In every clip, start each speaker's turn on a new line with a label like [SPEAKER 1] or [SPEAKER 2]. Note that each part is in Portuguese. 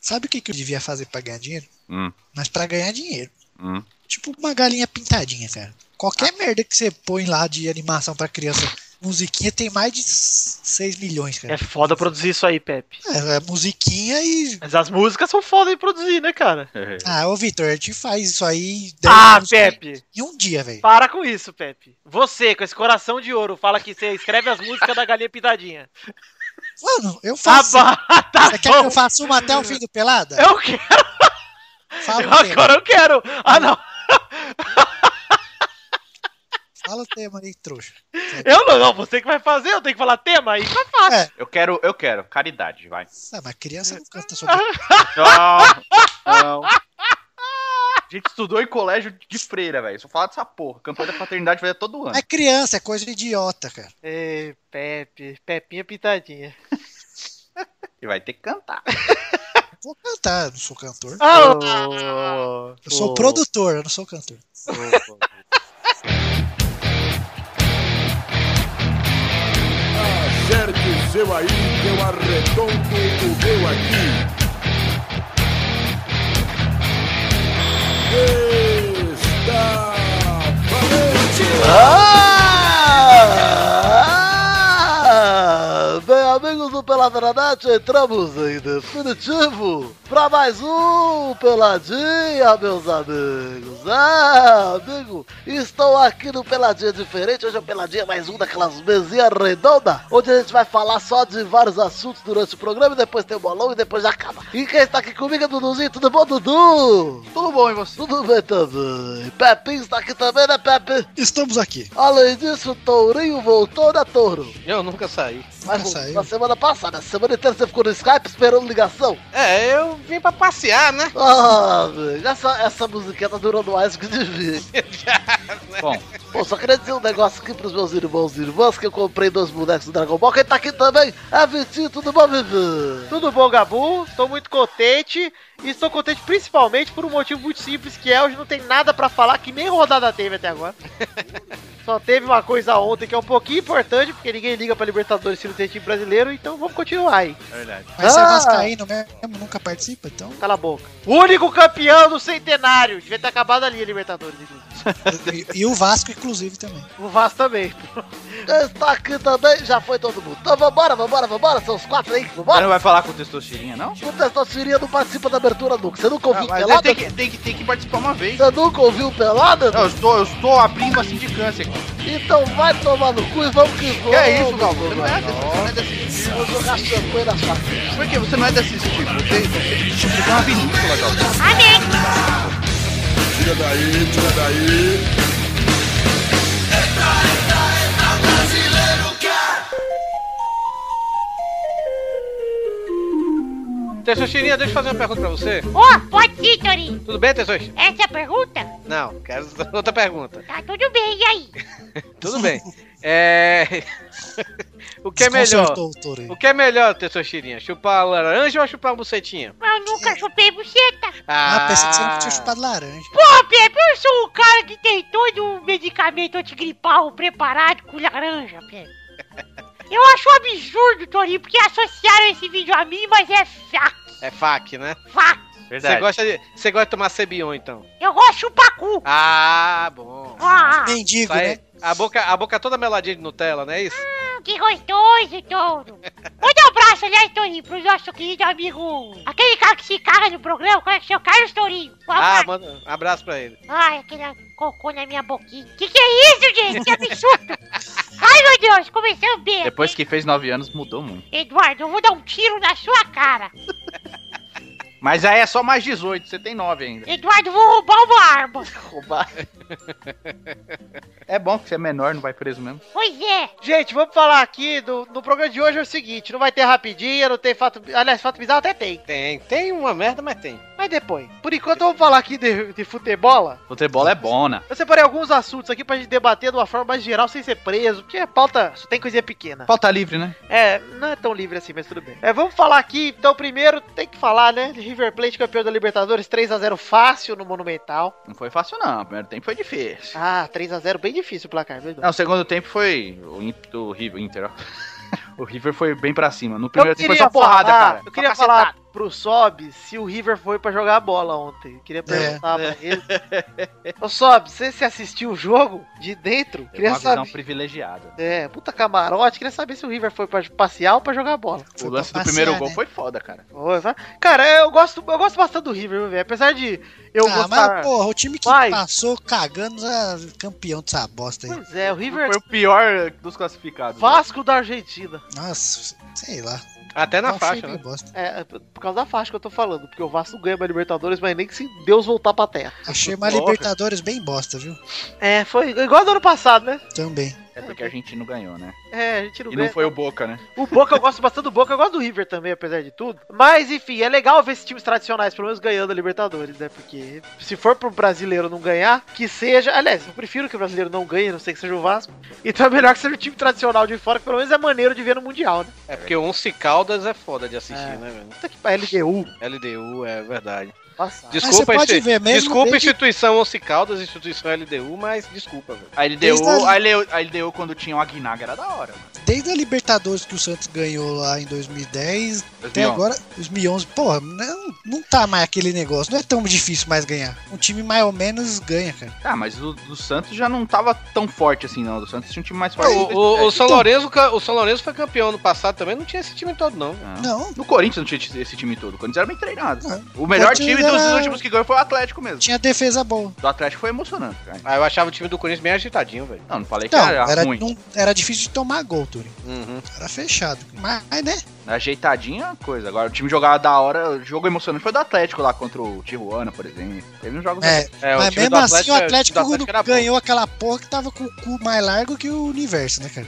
[SPEAKER 1] Sabe o que, que eu devia fazer pra ganhar dinheiro?
[SPEAKER 2] Hum,
[SPEAKER 1] Mas pra ganhar dinheiro.
[SPEAKER 2] hum.
[SPEAKER 1] Tipo uma galinha pintadinha, cara.
[SPEAKER 3] Ah.
[SPEAKER 1] Qualquer merda que você põe lá de animação pra criança, musiquinha tem mais de 6 milhões, cara.
[SPEAKER 3] É foda produzir isso aí, Pepe.
[SPEAKER 1] É, é musiquinha e.
[SPEAKER 3] Mas as músicas são foda de produzir, né, cara?
[SPEAKER 1] Ah, ô Vitor, a gente faz isso aí. dez
[SPEAKER 3] Ah,
[SPEAKER 1] anos
[SPEAKER 3] Pepe!
[SPEAKER 1] Em um dia, velho.
[SPEAKER 3] Para com isso, Pepe. Você, com esse coração de ouro, fala que você escreve as músicas da Galinha Pintadinha.
[SPEAKER 1] Mano, eu
[SPEAKER 3] Tá
[SPEAKER 1] faço.
[SPEAKER 3] bom, tá
[SPEAKER 1] Você quer que eu
[SPEAKER 3] bom.
[SPEAKER 1] faça uma até o fim do pelada?
[SPEAKER 3] Eu quero,
[SPEAKER 1] Fala o tema.
[SPEAKER 3] agora eu quero. Ah, não.
[SPEAKER 1] Fala o tema aí, trouxa.
[SPEAKER 3] Eu não, não, você que vai fazer, eu tenho que falar tema aí. Vai fácil.
[SPEAKER 1] É.
[SPEAKER 2] Eu quero, eu quero. Caridade, vai.
[SPEAKER 1] Ah, mas criança não canta
[SPEAKER 3] Ah.
[SPEAKER 1] sobre.
[SPEAKER 2] Não, não. A gente estudou em colégio de freira, velho. Só falar dessa porra. Campanha da paternidade vai todo ano.
[SPEAKER 1] É criança, é coisa de idiota, cara.
[SPEAKER 3] Ei, Pepe, Pepinha Pintadinha.
[SPEAKER 2] E vai ter que cantar.
[SPEAKER 1] Vou cantar, eu não sou cantor.
[SPEAKER 3] Ah,
[SPEAKER 1] Eu sou produtor, eu não sou cantor.
[SPEAKER 4] Acerte o seu aí, que eu arredondo o meu aqui. Está valente!
[SPEAKER 5] Ah! Bem, amigos do Peladranete, entramos em definitivo para mais um Peladinha, meus amigos. Ah, amigo, estou aqui no Peladinha Diferente. Hoje é o Peladinha mais um daquelas mesinhas redondas, onde a gente vai falar só de vários assuntos durante o programa e depois tem o bolão e depois já acaba. E quem está aqui comigo é Duduzinho. Tudo bom, Dudu? Tudo bom, e você? Tudo bem também. Pepinho está aqui também, né, Pepe?
[SPEAKER 1] Estamos aqui.
[SPEAKER 5] Além disso, o Tourinho voltou da Touro.
[SPEAKER 6] Eu nunca saí.
[SPEAKER 5] Mas
[SPEAKER 1] Nunca
[SPEAKER 5] na
[SPEAKER 1] saiu.
[SPEAKER 5] semana passada, a semana inteira você ficou no Skype esperando ligação.
[SPEAKER 6] É, eu vim pra passear, né?
[SPEAKER 5] Ah, velho, essa, essa musiquinha tá durando mais que devia.
[SPEAKER 2] Bom,
[SPEAKER 5] Bom, só queria dizer um negócio aqui pros meus irmãos e irmãs, que eu comprei dois bonecos do Dragon Ball. Quem tá aqui também é Vitinho, tudo bom, Vivi?
[SPEAKER 3] Tudo bom, Gabu? Estou muito contente. E estou contente principalmente por um motivo muito simples, que é hoje não tem nada pra falar, que nem rodada teve até agora. Só teve uma coisa ontem que é um pouquinho importante, porque ninguém liga pra Libertadores se não tem time brasileiro, então vamos continuar aí.
[SPEAKER 2] é verdade.
[SPEAKER 1] Mas você é
[SPEAKER 5] Ah!
[SPEAKER 1] vascaíno mesmo, nunca participa, então.
[SPEAKER 3] Cala a Tá boca. O único campeão do centenário. Devia ter acabado ali a Libertadores, inclusive.
[SPEAKER 1] E, e o Vasco, inclusive, também.
[SPEAKER 3] O Vasco também.
[SPEAKER 5] Quem está aqui também já foi todo mundo. Então vambora, vambora, vambora, são os quatro aí,
[SPEAKER 2] Você
[SPEAKER 5] vambora.
[SPEAKER 2] não vai falar com o Testosterinha, não?
[SPEAKER 5] O Testosterinha não participa da abertura nunca. Você nunca
[SPEAKER 2] Ah,
[SPEAKER 5] ouviu
[SPEAKER 2] mas ele
[SPEAKER 5] pelada?
[SPEAKER 2] tem que, tem, que, tem que participar uma vez.
[SPEAKER 5] Você nunca ouviu pelada?
[SPEAKER 2] Não, eu estou, eu estou abrindo a sindicância aqui.
[SPEAKER 5] Então vai tomar no cu e vamos que vamos.
[SPEAKER 2] Que é isso, Galvão? Você não é desse, você não é desse tipo.
[SPEAKER 5] Vou jogar champanhe na sua cara.
[SPEAKER 2] Por que você não é desse tipo? Você, você, você tem uma vinícola, Galvão.
[SPEAKER 4] Tira daí, tira daí.
[SPEAKER 6] Tessuxirinha, deixa eu fazer uma pergunta pra você.
[SPEAKER 7] Ô, pode sim, Torinho.
[SPEAKER 6] Tudo bem, Tessuxi?
[SPEAKER 7] Essa é a pergunta?
[SPEAKER 6] Não, quero outra pergunta.
[SPEAKER 7] Tá tudo bem, e aí?
[SPEAKER 6] Tudo bem. É. o que é melhor?
[SPEAKER 1] Desconcertou o touro aí.
[SPEAKER 6] O que é melhor, Tessuxirinha? Chupar laranja ou chupar bucetinha?
[SPEAKER 7] Mas eu nunca chupei buceta.
[SPEAKER 1] Ah, pensei que você nunca tinha chupado laranja.
[SPEAKER 7] Pô, Pepe, eu sou o cara que tem todo o medicamento antigripal preparado com laranja, Pepe. Eu acho um absurdo, Torinho, porque associaram esse vídeo a mim, mas é fac,
[SPEAKER 6] É fac, né?
[SPEAKER 7] fac.
[SPEAKER 6] Você
[SPEAKER 2] Verdade.
[SPEAKER 6] gosta, de, você gosta de tomar cebion, então?
[SPEAKER 7] Eu gosto de chupar cu.
[SPEAKER 6] Ah, bom.
[SPEAKER 7] Ah,
[SPEAKER 1] Mendigo,
[SPEAKER 6] Sai-
[SPEAKER 1] né?
[SPEAKER 6] a, boca, a boca toda meladinha de Nutella, não é isso?
[SPEAKER 7] que gostoso, Touro. Manda um abraço, aliás, Torinho, pro nosso querido amigo. Aquele cara que se caga no programa, como é que chama? Carlos Torinho. Um
[SPEAKER 6] Ah,
[SPEAKER 1] Tá
[SPEAKER 7] abraço.
[SPEAKER 6] manda um abraço pra ele.
[SPEAKER 7] Ai, aquele cocô na minha boquinha. Que que é isso, gente? Que absurdo! Ai, meu Deus, começamos bem.
[SPEAKER 2] Depois que fez 9 anos, mudou muito.
[SPEAKER 7] Eduardo, eu vou dar um tiro na sua cara.
[SPEAKER 2] Mas aí é só mais 18, você tem 9 ainda.
[SPEAKER 7] Eduardo, vou roubar uma arma.
[SPEAKER 2] É bom que você é menor, não vai preso mesmo.
[SPEAKER 7] Pois é.
[SPEAKER 3] Gente, vamos falar aqui do, no programa de hoje é o seguinte: não vai ter rapidinha, não tem fato. Aliás, fato bizarro até tem.
[SPEAKER 6] Tem, tem uma merda, mas tem.
[SPEAKER 3] Mas depois. Por enquanto, vamos falar aqui de, de futebola.
[SPEAKER 2] Futebol é bona.
[SPEAKER 3] Eu separei alguns assuntos aqui pra gente debater de uma forma mais geral, sem ser preso, porque a pauta só tem coisinha pequena.
[SPEAKER 2] Falta livre, né?
[SPEAKER 3] É, não é tão livre assim, mas tudo bem. É, vamos falar aqui, então, primeiro, tem que falar, né? de River Plate campeão da Libertadores, 3x0 fácil no Monumental.
[SPEAKER 2] Não foi fácil, não. O primeiro tempo foi difícil.
[SPEAKER 3] Ah, 3x0, bem difícil o placar, Então, meu Deus.
[SPEAKER 2] Não, o segundo tempo foi o, In- o River, Inter, ó. O River foi bem pra cima. No primeiro tempo foi só porrada,
[SPEAKER 3] falar-
[SPEAKER 2] cara.
[SPEAKER 3] Eu queria
[SPEAKER 2] Só
[SPEAKER 3] falar pro Sob se o River foi pra jogar bola ontem.
[SPEAKER 2] É,
[SPEAKER 3] Queria perguntar pra ele. Ô Sob, você se assistiu o jogo de dentro?
[SPEAKER 2] Tem
[SPEAKER 3] Queria
[SPEAKER 2] uma visão
[SPEAKER 3] saber.
[SPEAKER 2] privilegiada.
[SPEAKER 3] É, puta camarote, queria saber se o River foi pra passear ou pra jogar bola.
[SPEAKER 1] Foi
[SPEAKER 2] O
[SPEAKER 1] pra
[SPEAKER 2] lance do
[SPEAKER 1] passear,
[SPEAKER 2] primeiro gol
[SPEAKER 1] né?
[SPEAKER 2] foi foda, cara.
[SPEAKER 3] Ô, vai- Cara, eu gosto, eu gosto bastante do River, viu, velho. Apesar de eu
[SPEAKER 1] ah,
[SPEAKER 3] gostar.
[SPEAKER 1] mas porra, o time que
[SPEAKER 3] Vai.
[SPEAKER 1] passou cagando é campeão dessa bosta
[SPEAKER 6] Hum.
[SPEAKER 1] aí.
[SPEAKER 3] Pois é, o River é
[SPEAKER 2] Foi o pior dos classificados.
[SPEAKER 3] Vasco da Argentina.
[SPEAKER 1] Nossa, sei lá.
[SPEAKER 6] Até na
[SPEAKER 1] Não,
[SPEAKER 6] faixa,
[SPEAKER 1] sempre
[SPEAKER 6] né?
[SPEAKER 1] bosta.
[SPEAKER 3] É, por causa da faixa que eu tô falando, porque o Vasco ganha pra Libertadores, mas nem que se Deus voltar pra terra.
[SPEAKER 6] Tá
[SPEAKER 1] Achei uma
[SPEAKER 2] Porra.
[SPEAKER 1] Libertadores bem bosta, viu?
[SPEAKER 3] É, foi igual do ano passado, né?
[SPEAKER 1] Também.
[SPEAKER 2] É porque a gente não ganhou, né?
[SPEAKER 3] É, a gente não
[SPEAKER 2] E
[SPEAKER 3] ganha.
[SPEAKER 2] não foi o Boca, né?
[SPEAKER 3] O Boca, eu gosto bastante do Boca, eu gosto do River também, apesar de tudo. Mas, enfim, é legal ver esses times tradicionais, pelo menos, ganhando a Libertadores, né? Porque se for pro brasileiro não ganhar, que seja. Aliás, eu prefiro que o brasileiro não ganhe, a não sei que seja o Vasco. Então é melhor que seja um time tradicional de fora, que pelo menos é maneiro de ver no Mundial, né?
[SPEAKER 6] É porque o se Caldas é foda de assistir,
[SPEAKER 3] É.
[SPEAKER 6] né, velho?
[SPEAKER 3] Puta que pariu, LDU.
[SPEAKER 6] LDU, é verdade.
[SPEAKER 3] Passado.
[SPEAKER 1] Mas Ah, você
[SPEAKER 6] Desculpa,
[SPEAKER 1] pode
[SPEAKER 6] insti-
[SPEAKER 1] ver mesmo
[SPEAKER 6] desculpa
[SPEAKER 1] desde-
[SPEAKER 6] instituição Onze Caldas, instituição LDU, mas desculpa, velho.
[SPEAKER 2] A LDU,
[SPEAKER 1] Desde a-
[SPEAKER 2] a LDU, a LDU quando tinha o Aguinaga era da hora, mano.
[SPEAKER 1] Desde a Libertadores que o Santos ganhou lá em 2010 até
[SPEAKER 2] 2011.
[SPEAKER 1] agora, 2011, porra, não, não tá mais aquele negócio. Não é tão difícil mais ganhar. Um time mais ou menos ganha, cara.
[SPEAKER 2] Ah, mas o do Santos já não tava tão forte assim, não. O do Santos tinha um time mais
[SPEAKER 6] O,
[SPEAKER 2] forte. que
[SPEAKER 6] o- o São
[SPEAKER 1] Então-
[SPEAKER 6] Lourenço, ca- o São Lourenço foi campeão ano passado também, não tinha esse time todo, não. velho.
[SPEAKER 2] Ah.
[SPEAKER 1] Não,
[SPEAKER 2] No Corinthians não tinha esse- esse time todo. O Corinthians era bem treinado.
[SPEAKER 1] É.
[SPEAKER 2] O melhor
[SPEAKER 1] Corinthians
[SPEAKER 2] time dos
[SPEAKER 1] era- Tipo-
[SPEAKER 2] últimos que ganhou foi o Atlético mesmo.
[SPEAKER 1] tinha defesa boa.
[SPEAKER 2] Do Atlético foi emocionante, cara.
[SPEAKER 6] Ah, eu achava o time do Corinthians bem agitadinho, velho.
[SPEAKER 2] Não, não falei que
[SPEAKER 1] Não,
[SPEAKER 2] era,
[SPEAKER 1] Então, era,
[SPEAKER 2] ruim.
[SPEAKER 1] não- era difícil de tomar gol, Turi.
[SPEAKER 6] Uhum.
[SPEAKER 1] Era fechado. Mas, né?
[SPEAKER 2] Ajeitadinha é uma coisa. Agora, o time jogava da hora, o jogo emocionante foi do Atlético lá contra o Tijuana, por exemplo. Teve um jogo
[SPEAKER 1] É,
[SPEAKER 6] É,
[SPEAKER 1] mas
[SPEAKER 6] time
[SPEAKER 1] mesmo
[SPEAKER 6] do
[SPEAKER 1] assim o
[SPEAKER 6] é-
[SPEAKER 1] Atlético,
[SPEAKER 6] time do era bom.
[SPEAKER 1] ganhou aquela porra que tava com o cu mais largo que o universo, né, cara?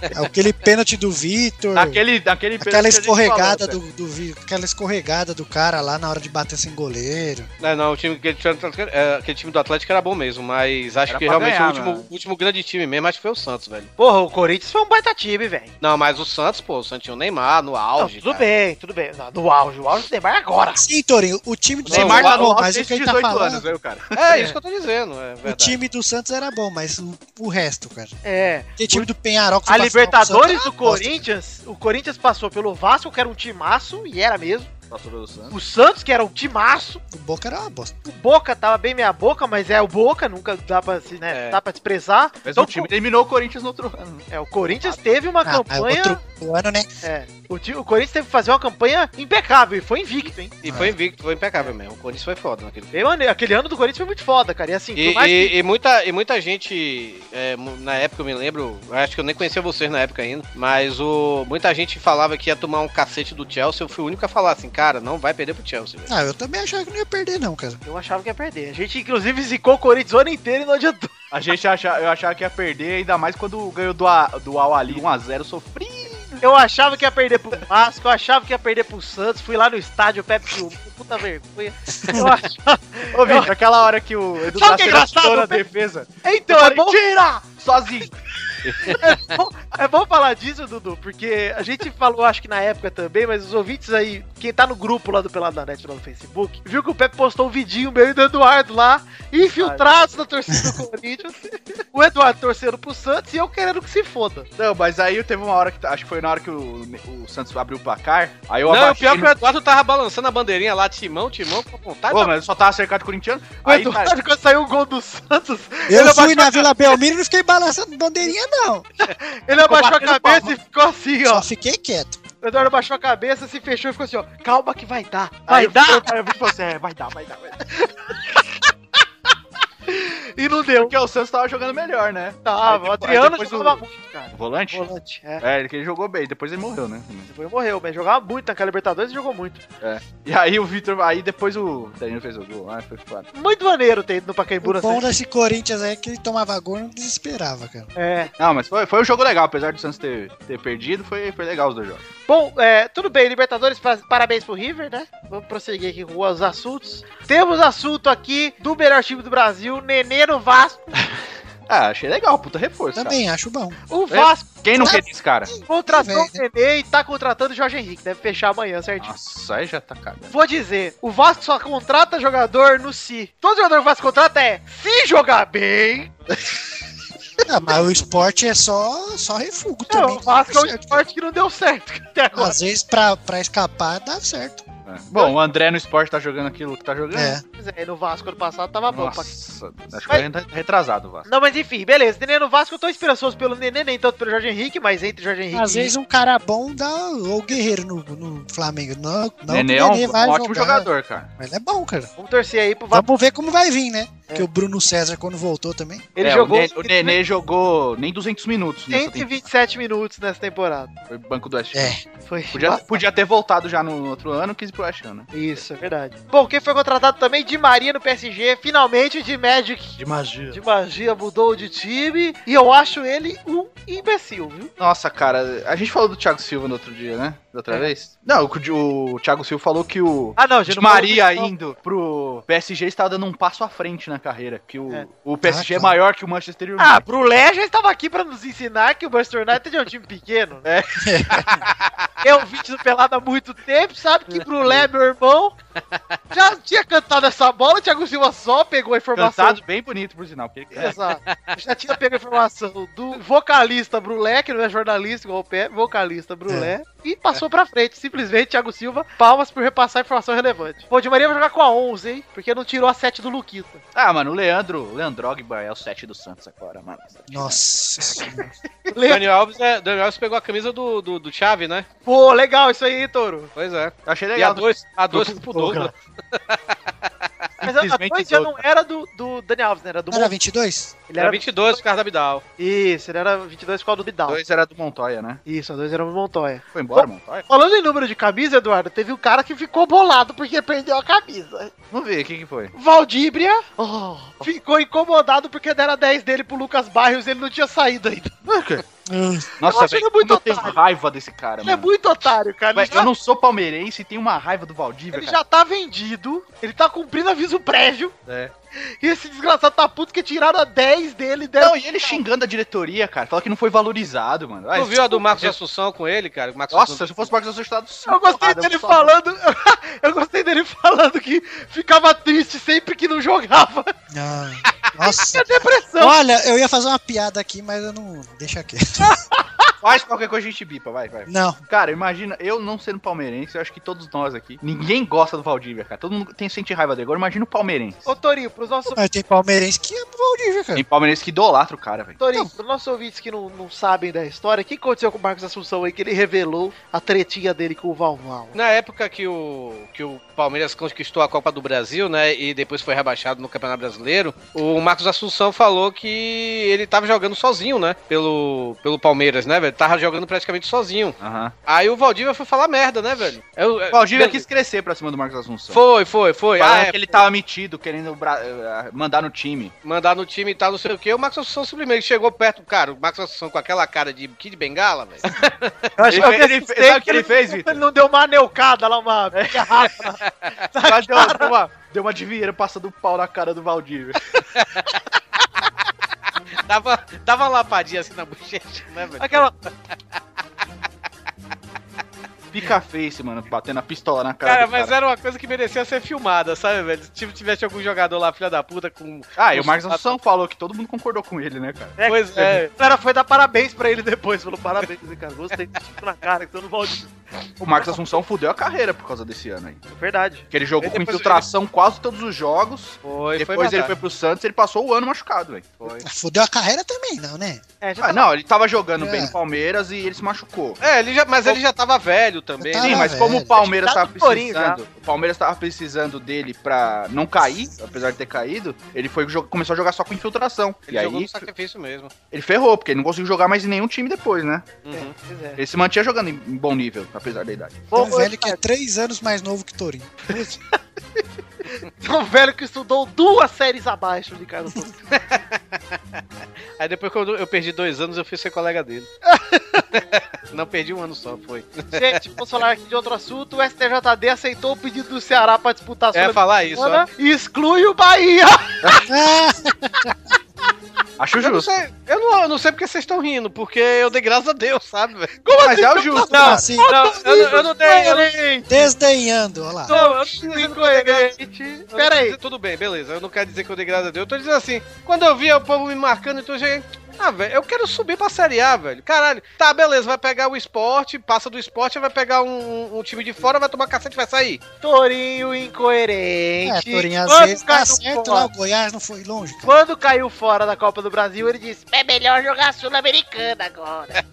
[SPEAKER 1] É aquele pênalti do Vitor,
[SPEAKER 2] Aquele, aquele
[SPEAKER 1] aquela
[SPEAKER 2] pênalti que a gente
[SPEAKER 1] escorregada
[SPEAKER 2] falou,
[SPEAKER 1] do, do Vi- aquela escorregada do cara lá na hora de bater sem goleiro.
[SPEAKER 6] É, não, o time, aquele, time do Atlético, é, aquele time do Atlético era né? bom mesmo, mas acho
[SPEAKER 2] Era
[SPEAKER 6] que
[SPEAKER 2] pra
[SPEAKER 6] realmente
[SPEAKER 2] ganhar,
[SPEAKER 6] o último,
[SPEAKER 2] mano.
[SPEAKER 6] o último grande time mesmo, acho que foi o Santos, velho.
[SPEAKER 3] Porra, o Corinthians foi um baita time, velho.
[SPEAKER 6] Não, mas o Santos, pô, o Santos tinha o Neymar no
[SPEAKER 3] Não,
[SPEAKER 6] auge.
[SPEAKER 3] tudo
[SPEAKER 6] cara.
[SPEAKER 3] bem, tudo bem. Não, no auge, o auge do Neymar é agora.
[SPEAKER 1] Sim, Torinho, o time do
[SPEAKER 2] velho. Neymar
[SPEAKER 6] Não,
[SPEAKER 2] tá
[SPEAKER 1] era
[SPEAKER 2] no
[SPEAKER 1] bom,
[SPEAKER 2] auge
[SPEAKER 1] mas o que
[SPEAKER 2] desde
[SPEAKER 1] ele tá
[SPEAKER 2] 18
[SPEAKER 1] falando,
[SPEAKER 2] anos, viu, cara?
[SPEAKER 6] É, isso que eu tô dizendo, é
[SPEAKER 1] o
[SPEAKER 6] verdade.
[SPEAKER 1] time do Santos era bom, mas o, o resto, cara.
[SPEAKER 3] É.
[SPEAKER 1] Aquele time do Penharol que
[SPEAKER 3] A
[SPEAKER 1] foi pra final com o Santos ah,
[SPEAKER 3] Libertadores
[SPEAKER 1] era
[SPEAKER 3] do
[SPEAKER 1] uma bosta,
[SPEAKER 3] Corinthians, o Corinthians passou pelo Vasco, que era um timaço, e era mesmo.
[SPEAKER 2] Passou pelo Santos.
[SPEAKER 3] O Santos, que era um timaço.
[SPEAKER 1] cara. O Boca era uma bosta.
[SPEAKER 3] O Boca tava bem meia boca, mas é o Boca, nunca dá pra se, né,
[SPEAKER 6] É.
[SPEAKER 3] dá pra desprezar.
[SPEAKER 2] Mas
[SPEAKER 3] Então,
[SPEAKER 2] o time eliminou o Corinthians no outro ano.
[SPEAKER 3] É, o Corinthians teve uma
[SPEAKER 1] Ah, mas
[SPEAKER 3] campanha.
[SPEAKER 1] outro ano, né?
[SPEAKER 3] É, o, ti- o Corinthians teve que fazer uma campanha impecável e foi invicto, hein?
[SPEAKER 6] E foi invicto, foi impecável mesmo. O Corinthians foi foda naquele
[SPEAKER 3] Bem maneiro. Aquele ano do Corinthians foi muito foda, cara. E assim,
[SPEAKER 6] E,
[SPEAKER 3] por mais
[SPEAKER 6] e-
[SPEAKER 3] que-
[SPEAKER 6] e muita, e muita gente, é, mu- na época eu me lembro, acho que eu nem conhecia vocês na época ainda, mas o, muita gente falava que ia tomar um cacete do Chelsea, eu fui o único a falar assim, cara, não vai perder pro Chelsea, velho.
[SPEAKER 1] Ah, eu também achava que não ia perder, não, cara.
[SPEAKER 3] eu achava que ia perder. A gente, inclusive, zicou o Corinthians o ano inteiro e não adiantou.
[SPEAKER 2] A gente achava, eu achava que ia perder, ainda mais quando ganhou do, A- do Al Ali 1x0, sofri.
[SPEAKER 3] Eu achava que ia perder pro Vasco, eu achava que ia perder pro Santos, fui lá no estádio, Pepe filmou, puta vergonha. Eu achava...
[SPEAKER 2] Ô, Vitor, aquela hora que o Edu
[SPEAKER 3] Sabe o que é
[SPEAKER 2] Dracena
[SPEAKER 3] engraçado?
[SPEAKER 2] atirou na defesa,
[SPEAKER 3] Então, é bom,
[SPEAKER 2] tira! Sozinho.
[SPEAKER 3] é, bom, é bom falar disso, Dudu, porque a gente falou, acho que na época também, mas os ouvintes aí, quem tá no grupo lá do Pelado da Net, lá no Facebook, viu que o Pepe postou um vidinho meu e do Eduardo lá, infiltrados na torcida do Corinthians, o Eduardo torcendo pro Santos e eu querendo que se foda.
[SPEAKER 2] Não, mas aí teve uma hora que. Acho que foi na hora que o, o Santos abriu o placar. Aí eu
[SPEAKER 6] Não, o
[SPEAKER 2] abaixei.
[SPEAKER 6] pior é que o Eduardo tava balançando a bandeirinha lá, timão, timão, com vontade.
[SPEAKER 2] Pô, mas eu só tava cercado de corintiano.
[SPEAKER 3] O
[SPEAKER 2] Aí, tá.
[SPEAKER 3] Eduardo,
[SPEAKER 2] cara,
[SPEAKER 3] quando saiu o gol do Santos,
[SPEAKER 1] Eu
[SPEAKER 3] Ele
[SPEAKER 1] fui na Vila Belmiro e não fiquei balançando bandeirinha, não.
[SPEAKER 3] ele abaixou a
[SPEAKER 2] batendo
[SPEAKER 3] cabeça e ficou assim, ó.
[SPEAKER 1] Só fiquei quieto.
[SPEAKER 3] O Eduardo baixou a cabeça, se fechou e ficou assim, ó. Calma que vai dar.
[SPEAKER 2] aí
[SPEAKER 3] Vai
[SPEAKER 2] eu-
[SPEAKER 3] dar.
[SPEAKER 2] Eu, eu vi
[SPEAKER 3] assim,
[SPEAKER 2] você, é, vai dar, vai dar, vai dar.
[SPEAKER 3] E não deu.
[SPEAKER 2] é Porque o Santos tava jogando melhor, né?
[SPEAKER 3] Tava.
[SPEAKER 2] depois-
[SPEAKER 3] o Adriano
[SPEAKER 2] aí depois
[SPEAKER 3] jogava
[SPEAKER 2] o-
[SPEAKER 3] muito, cara.
[SPEAKER 2] Volante?
[SPEAKER 3] Volante, é.
[SPEAKER 2] É, que ele jogou bem, depois ele morreu, né?
[SPEAKER 3] Depois morreu, mas jogava muito naquela Libertadores e jogou muito.
[SPEAKER 2] E aí o Vitor, aí depois o Danilo fez o gol, ah, foi foda.
[SPEAKER 3] Muito maneiro ter ido no Pacaembu
[SPEAKER 1] O
[SPEAKER 3] assim.
[SPEAKER 1] bom desse Corinthians aí é que ele tomava gol e não desesperava, cara.
[SPEAKER 3] É.
[SPEAKER 2] Não, mas foi, foi um jogo legal, apesar do Santos ter, ter perdido, foi, foi legal os dois jogos.
[SPEAKER 3] Bom, é, tudo bem, Libertadores, pra- parabéns pro River, né? Vamos prosseguir aqui com os assuntos. Temos assunto aqui do melhor time do Brasil, Nenê no Vasco.
[SPEAKER 2] Ah, achei legal, puta reforço,
[SPEAKER 3] é.
[SPEAKER 2] cara.
[SPEAKER 1] Também acho bom.
[SPEAKER 3] O Vasco
[SPEAKER 2] Quem não queria esse cara?
[SPEAKER 3] contratou
[SPEAKER 1] velho,
[SPEAKER 3] o Nenê e tá contratando o Jorge Henrique. Deve fechar amanhã, certinho.
[SPEAKER 2] Nossa, aí já tá cagando.
[SPEAKER 3] Vou dizer, o Vasco só contrata jogador no si. Todo jogador que o Vasco contrata é se jogar bem,
[SPEAKER 1] Ah, mas o esporte é só, só refugo
[SPEAKER 3] Não,
[SPEAKER 1] também.
[SPEAKER 3] o Vasco é um
[SPEAKER 1] Certo.
[SPEAKER 3] esporte que não deu certo até agora.
[SPEAKER 1] Às vezes, pra, pra escapar, dá certo.
[SPEAKER 2] É. Bom, o André no esporte tá jogando aquilo que tá jogando.
[SPEAKER 1] É.
[SPEAKER 3] Pois é, no Vasco ano passado tava bom. Pra...
[SPEAKER 2] Nossa, acho que ele tá retrasado o Vasco.
[SPEAKER 3] Não, mas enfim, beleza. Nenê no Vasco eu tô esperançoso pelo Nenê, nem tanto pelo Jorge Henrique, mas entre Jorge Henrique
[SPEAKER 1] Às
[SPEAKER 3] e
[SPEAKER 1] vezes um cara bom dá ou guerreiro no, no Flamengo. Não, não
[SPEAKER 2] Nenê é
[SPEAKER 1] que o
[SPEAKER 2] um,
[SPEAKER 1] Nenê vai
[SPEAKER 2] ótimo
[SPEAKER 1] jogar,
[SPEAKER 2] jogador, cara.
[SPEAKER 1] Mas ele é bom, cara.
[SPEAKER 3] vamos torcer aí pro Vasco.
[SPEAKER 1] Vamos ver como vai vir, né? Porque o Bruno César, quando voltou também.
[SPEAKER 3] Ele
[SPEAKER 2] É,
[SPEAKER 3] jogou
[SPEAKER 2] O Nenê, o Nenê jogou nem 200 minutos. Nessa temporada.
[SPEAKER 3] 127 minutos nessa temporada.
[SPEAKER 2] Foi banco do West. Ham.
[SPEAKER 1] É.
[SPEAKER 3] Foi
[SPEAKER 2] Podia, podia ter voltado já no outro ano, quis ir pro West Ham, né?
[SPEAKER 3] Isso, é verdade. Bom, quem foi contratado também? De Maria no PSG. Finalmente, de Magic.
[SPEAKER 2] De magia.
[SPEAKER 3] De magia mudou de time. E eu acho ele um imbecil, viu?
[SPEAKER 2] Nossa, cara, a gente falou do Thiago Silva no outro dia, né? Da outra
[SPEAKER 3] É.
[SPEAKER 2] vez? Não, o, o Thiago Silva falou que o
[SPEAKER 3] Ah, não,
[SPEAKER 2] de
[SPEAKER 3] não falou
[SPEAKER 2] Maria
[SPEAKER 3] disso, não.
[SPEAKER 2] indo pro PSG estava dando um passo à frente na carreira, que o,
[SPEAKER 3] É.
[SPEAKER 2] o PSG
[SPEAKER 1] Ah,
[SPEAKER 2] é
[SPEAKER 1] tá.
[SPEAKER 2] maior que o Manchester United.
[SPEAKER 3] Ah, pro Lé já estava aqui pra nos ensinar que o Manchester United é um time pequeno, né? Eu vi isso pelado há muito tempo, sabe que Brulé, meu irmão, já tinha cantado essa bola, o Thiago Silva só pegou a informação.
[SPEAKER 2] Cantado bem bonito, por sinal. Porque, é,
[SPEAKER 3] Exato. Já tinha pego a informação do vocalista Brulé, que não é jornalista igual o pé, vocalista
[SPEAKER 2] É.
[SPEAKER 3] Brulé, e passou pra frente. Simplesmente, Thiago Silva, palmas por repassar informação relevante. Pô, de Maria vai jogar com a 11, hein? Porque não tirou a 7 do Luquita.
[SPEAKER 2] Ah, mano, o Leandro, o Leandrogba é o 7 do Santos agora, mano.
[SPEAKER 1] Nossa. senhora.
[SPEAKER 6] Daniel Alves, é, Daniel Alves pegou a camisa do, do, do Chave, né?
[SPEAKER 3] Pô, legal isso aí, hein, Toro.
[SPEAKER 6] Pois é.
[SPEAKER 2] Eu achei
[SPEAKER 6] E a
[SPEAKER 2] legal.
[SPEAKER 6] dois, a dois pro Douglas.
[SPEAKER 3] Mas a- a
[SPEAKER 2] Simplesmente
[SPEAKER 3] dois já
[SPEAKER 2] todo.
[SPEAKER 3] não era do, do Daniel Alves, né? Era do
[SPEAKER 1] Não era
[SPEAKER 3] Mon...
[SPEAKER 1] 22?
[SPEAKER 3] Ele
[SPEAKER 6] Era
[SPEAKER 3] era
[SPEAKER 6] 22 por causa da Abidal.
[SPEAKER 3] Isso, ele era 22 qual do Bidal.
[SPEAKER 2] dois era do Montoya, né?
[SPEAKER 3] Isso, a dois era o Montoya.
[SPEAKER 2] Foi embora, Montoya?
[SPEAKER 3] Falando em número de camisa, Eduardo, teve um cara que ficou bolado porque perdeu a camisa.
[SPEAKER 2] Vamos ver, o que que foi?
[SPEAKER 3] Valdíbria oh, ficou incomodado porque deram a 10 dele pro Lucas Barrios e ele não tinha saído ainda.
[SPEAKER 1] Ah,
[SPEAKER 2] Nossa,
[SPEAKER 3] acho
[SPEAKER 2] velho,
[SPEAKER 3] ele muito
[SPEAKER 2] como eu tenho
[SPEAKER 3] otário.
[SPEAKER 2] raiva desse cara,
[SPEAKER 3] Ele é
[SPEAKER 2] mano.
[SPEAKER 3] muito otário, cara. Ele,
[SPEAKER 2] Velho, Eu
[SPEAKER 3] já,
[SPEAKER 2] não sou palmeirense e tenho uma raiva do Valdívia,
[SPEAKER 3] ele
[SPEAKER 2] cara.
[SPEAKER 3] já tá vendido, ele tá cumprindo aviso prévio.
[SPEAKER 2] É.
[SPEAKER 3] E esse desgraçado tá puto que tiraram a 10 dele e deram
[SPEAKER 2] Não, e ele xingando a diretoria, cara. Fala que não foi valorizado, mano. Vai,
[SPEAKER 6] Tu viu a do Marcos Assunção com ele, cara? O Marcos
[SPEAKER 2] né? Nossa,
[SPEAKER 6] Assunção-
[SPEAKER 2] se eu fosse o Marcos Assustado, sim,
[SPEAKER 3] Eu gostei
[SPEAKER 2] porrada,
[SPEAKER 3] dele
[SPEAKER 2] por favor.
[SPEAKER 3] falando. eu gostei dele falando que ficava triste sempre que não jogava.
[SPEAKER 1] nossa.
[SPEAKER 3] Tinha depressão.
[SPEAKER 1] Olha, eu ia fazer uma piada aqui, mas eu não. Deixa quieto.
[SPEAKER 2] Faz qualquer coisa, a gente bipa, vai, vai.
[SPEAKER 1] Não.
[SPEAKER 2] Cara, imagina, eu não sendo palmeirense, eu acho que todos nós aqui, ninguém gosta do Valdívia, cara. Todo mundo tem sente raiva dele. Agora imagina o palmeirense.
[SPEAKER 3] Ô, Torinho, pros nossos.
[SPEAKER 1] Mas tem palmeirense que é Valdívia, cara.
[SPEAKER 2] Tem palmeirense que idolatra o cara, velho.
[SPEAKER 3] Torinho, pros nossos ouvintes que não, não sabem da história, o que aconteceu com o Marcos Assunção aí que ele revelou a tretinha dele com o Valval?
[SPEAKER 6] Na época que o, que o Palmeiras conquistou a Copa do Brasil, né? E depois foi rebaixado no Campeonato Brasileiro, o Marcos Assunção falou que ele tava jogando sozinho, né? Pelo, pelo Palmeiras, né, velho? Tava jogando praticamente sozinho.
[SPEAKER 2] Aham.
[SPEAKER 6] Aí o Valdívia foi falar merda, né, velho? Eu- eu-
[SPEAKER 2] O Valdívia
[SPEAKER 6] beleza.
[SPEAKER 2] quis crescer pra cima do Marcos Assunção.
[SPEAKER 6] Foi, foi, foi.
[SPEAKER 2] Falando
[SPEAKER 6] Ah, é,
[SPEAKER 2] que ele tava metido, querendo bra- eh, mandar no time.
[SPEAKER 6] mandar no time e tal, não sei o quê. O Marcos Assunção simplesmente chegou perto, cara. O Marcos Assunção com aquela cara de Kid Bengala, velho.
[SPEAKER 3] Eu acho
[SPEAKER 2] Ele- ele- sabe o que ele fez, Vitor? É.
[SPEAKER 3] Ele não deu uma anelcada lá, uma.
[SPEAKER 2] Mas deu, deu uma, deu uma de Vieira passando o pau na cara do Valdívia.
[SPEAKER 6] Dava, dava uma lapadinha assim na bochecha, né, velho?
[SPEAKER 3] Aquela.
[SPEAKER 2] Pica face, mano, batendo a pistola na cara.
[SPEAKER 6] Cara,
[SPEAKER 2] do
[SPEAKER 6] mas é era uma coisa que merecia ser filmada, sabe, velho? Se tivesse algum jogador lá, filha da puta, com.
[SPEAKER 2] Ah, e o Marcos Assunção
[SPEAKER 6] tá
[SPEAKER 2] falou que todo mundo concordou com ele, né, cara?
[SPEAKER 6] Pois é.
[SPEAKER 3] A galera foi dar parabéns pra ele depois. Falou parabéns, cara. Gostei de tipo na cara, que eu não Valdívia.
[SPEAKER 2] O Marcos Assunção fudeu a carreira por causa desse ano aí.
[SPEAKER 3] Verdade.
[SPEAKER 2] Que ele jogou
[SPEAKER 6] Aí
[SPEAKER 2] com
[SPEAKER 6] depois ele-
[SPEAKER 2] infiltração quase todos os jogos.
[SPEAKER 6] Foi,
[SPEAKER 2] Depois ele
[SPEAKER 6] verdade.
[SPEAKER 2] foi pro Santos, ele passou o ano machucado, velho.
[SPEAKER 1] Fudeu a carreira também, não, né?
[SPEAKER 3] É, já
[SPEAKER 2] Ah, não, ele tava jogando
[SPEAKER 1] É.
[SPEAKER 2] bem no Palmeiras e ele se machucou.
[SPEAKER 6] É, ele já, mas ele já tava velho também.
[SPEAKER 1] Já
[SPEAKER 6] né?
[SPEAKER 2] Sim, mas como
[SPEAKER 1] velho.
[SPEAKER 2] o Palmeiras
[SPEAKER 3] Tá
[SPEAKER 2] tava
[SPEAKER 3] no Corinthians,
[SPEAKER 2] precisando, o Palmeiras tava precisando dele pra não cair, apesar de ter caído, ele foi jo- começou a jogar só com infiltração.
[SPEAKER 6] Ele
[SPEAKER 2] e
[SPEAKER 6] jogou
[SPEAKER 2] aí
[SPEAKER 6] no sacrifício mesmo.
[SPEAKER 2] ele ferrou, porque ele não conseguiu jogar mais em nenhum time depois, né?
[SPEAKER 6] Uhum.
[SPEAKER 3] Pois é.
[SPEAKER 2] Ele se mantinha jogando em em bom nível, apesar da idade.
[SPEAKER 1] Tem
[SPEAKER 3] Bom,
[SPEAKER 1] um velho que é três anos mais novo que Torinho.
[SPEAKER 3] um velho que estudou duas séries abaixo de Carlos Torres.
[SPEAKER 6] Aí depois, quando eu perdi dois anos, eu fui ser colega dele. Não perdi um ano só, foi.
[SPEAKER 3] Gente, vamos falar aqui de outro assunto. O STJD aceitou o pedido do Ceará pra disputar a
[SPEAKER 6] É falar isso, ó.
[SPEAKER 3] Sul-Americana e exclui o Bahia.
[SPEAKER 1] Ah,
[SPEAKER 2] Acho
[SPEAKER 6] Eu não,
[SPEAKER 2] justo.
[SPEAKER 6] sei, eu, não, eu não sei porque vocês estão rindo, porque eu dei graças a Deus, sabe, velho?
[SPEAKER 2] Mas é o justo.
[SPEAKER 1] Como
[SPEAKER 6] Não,
[SPEAKER 1] assim?
[SPEAKER 6] não, eu, não-
[SPEAKER 3] é
[SPEAKER 6] eu não dei. Eu não,
[SPEAKER 1] Desdenhando, olha lá.
[SPEAKER 6] não, eu não dei
[SPEAKER 3] Incoerente.
[SPEAKER 6] Eu não
[SPEAKER 3] Pera
[SPEAKER 6] quero
[SPEAKER 3] aí.
[SPEAKER 6] dizer- Tudo bem, beleza. Eu não quero dizer que eu dei graças a Deus. Eu tô dizendo assim, quando eu via o povo me marcando, então eu já. Ah, velho, eu quero subir pra Série A, velho. Caralho. Tá, beleza, vai pegar o esporte, passa do esporte, vai pegar um, um time de fora, vai tomar cacete e vai sair.
[SPEAKER 3] Torinho
[SPEAKER 1] É,
[SPEAKER 3] incoerente.
[SPEAKER 1] Torinho, às
[SPEAKER 3] Quando
[SPEAKER 1] vezes
[SPEAKER 3] cai
[SPEAKER 1] tá
[SPEAKER 3] no
[SPEAKER 1] certo
[SPEAKER 3] colo.
[SPEAKER 1] lá, o Goiás não foi longe, cara.
[SPEAKER 3] Quando caiu fora da Copa do Brasil, ele disse:
[SPEAKER 7] É melhor jogar Sul-Americana agora.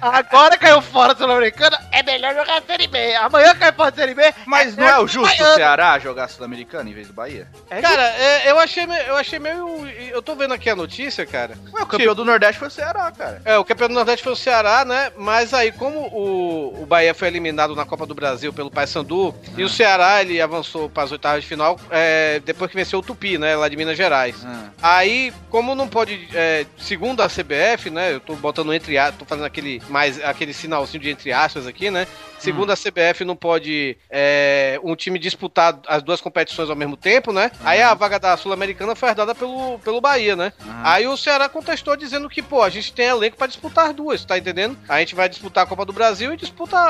[SPEAKER 3] agora caiu fora da Sul-Americana,
[SPEAKER 7] É melhor jogar Série B.
[SPEAKER 3] é, amanhã cai fora da Série B.
[SPEAKER 2] Mas não é o justo o Ceará jogar Sul-Americano em vez do Bahia?
[SPEAKER 3] É
[SPEAKER 6] Cara, é, eu achei meio. Eu achei meio. Eu tô vendo aqui a notícia, cara.
[SPEAKER 2] Ué, é o campeão do Nordeste foi o Ceará, cara.
[SPEAKER 6] É, o campeão do Nordeste foi o Ceará, né? Mas aí, como o, o Bahia foi eliminado na Copa do Brasil pelo Paysandu, e o Ceará, ele avançou para as oitavas de final é, depois que venceu o Tupi, né? Lá de Minas Gerais.
[SPEAKER 2] Ah,
[SPEAKER 6] Aí, como não pode, é, segundo a CBF, né? Eu tô botando entre aspas, tô fazendo aquele mais aquele sinalzinho de entre aspas aqui, né? Segundo a CBF, não pode é, um time disputar as duas competições ao mesmo tempo, né? Aí a vaga da Sul-Americana foi herdada pelo, pelo Bahia, né?
[SPEAKER 2] ah.
[SPEAKER 6] Aí o Ceará contestou dizendo que, pô, a gente tem elenco pra disputar as duas, tá entendendo? A gente vai disputar a Copa do Brasil e disputa a,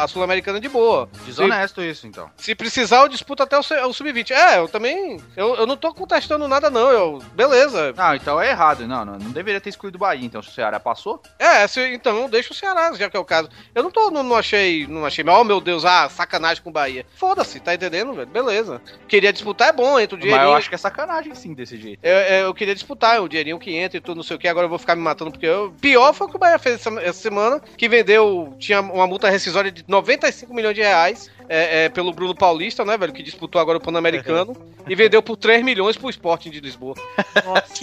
[SPEAKER 6] a- a Sul-Americana de boa.
[SPEAKER 2] Ah, Desonesto isso, então.
[SPEAKER 6] Se precisar, eu disputo até o, se- o sub-20. É, eu também. Eu, eu não tô contestando nada, não. Eu, beleza.
[SPEAKER 2] Não, então é errado. Não, não, não deveria ter excluído o Bahia, então, se o Ceará passou.
[SPEAKER 6] É, se- então deixa o Ceará, já que é o caso. Eu não tô, não, não achei, não achei. Oh, meu Deus, ah, sacanagem com o Bahia. Foda-se, tá entendendo, velho? Beleza. Queria disputar, é bom, entra o
[SPEAKER 2] mas eu
[SPEAKER 6] dinheirinho.
[SPEAKER 2] acho que é sacanagem, sim, desse jeito.
[SPEAKER 6] Eu, eu- eu queria disputar o dinheirinho que entra e tudo, não sei o que. Agora eu vou ficar me matando porque eu. Pior foi o que o Bahia fez essa, essa semana, que vendeu. Tinha uma multa rescisória de 95 milhões de reais é, é, pelo Bruno Paulista, né, velho? Que disputou agora o Pan-Americano.
[SPEAKER 2] É.
[SPEAKER 6] e vendeu por 3 milhões pro Sporting de Lisboa.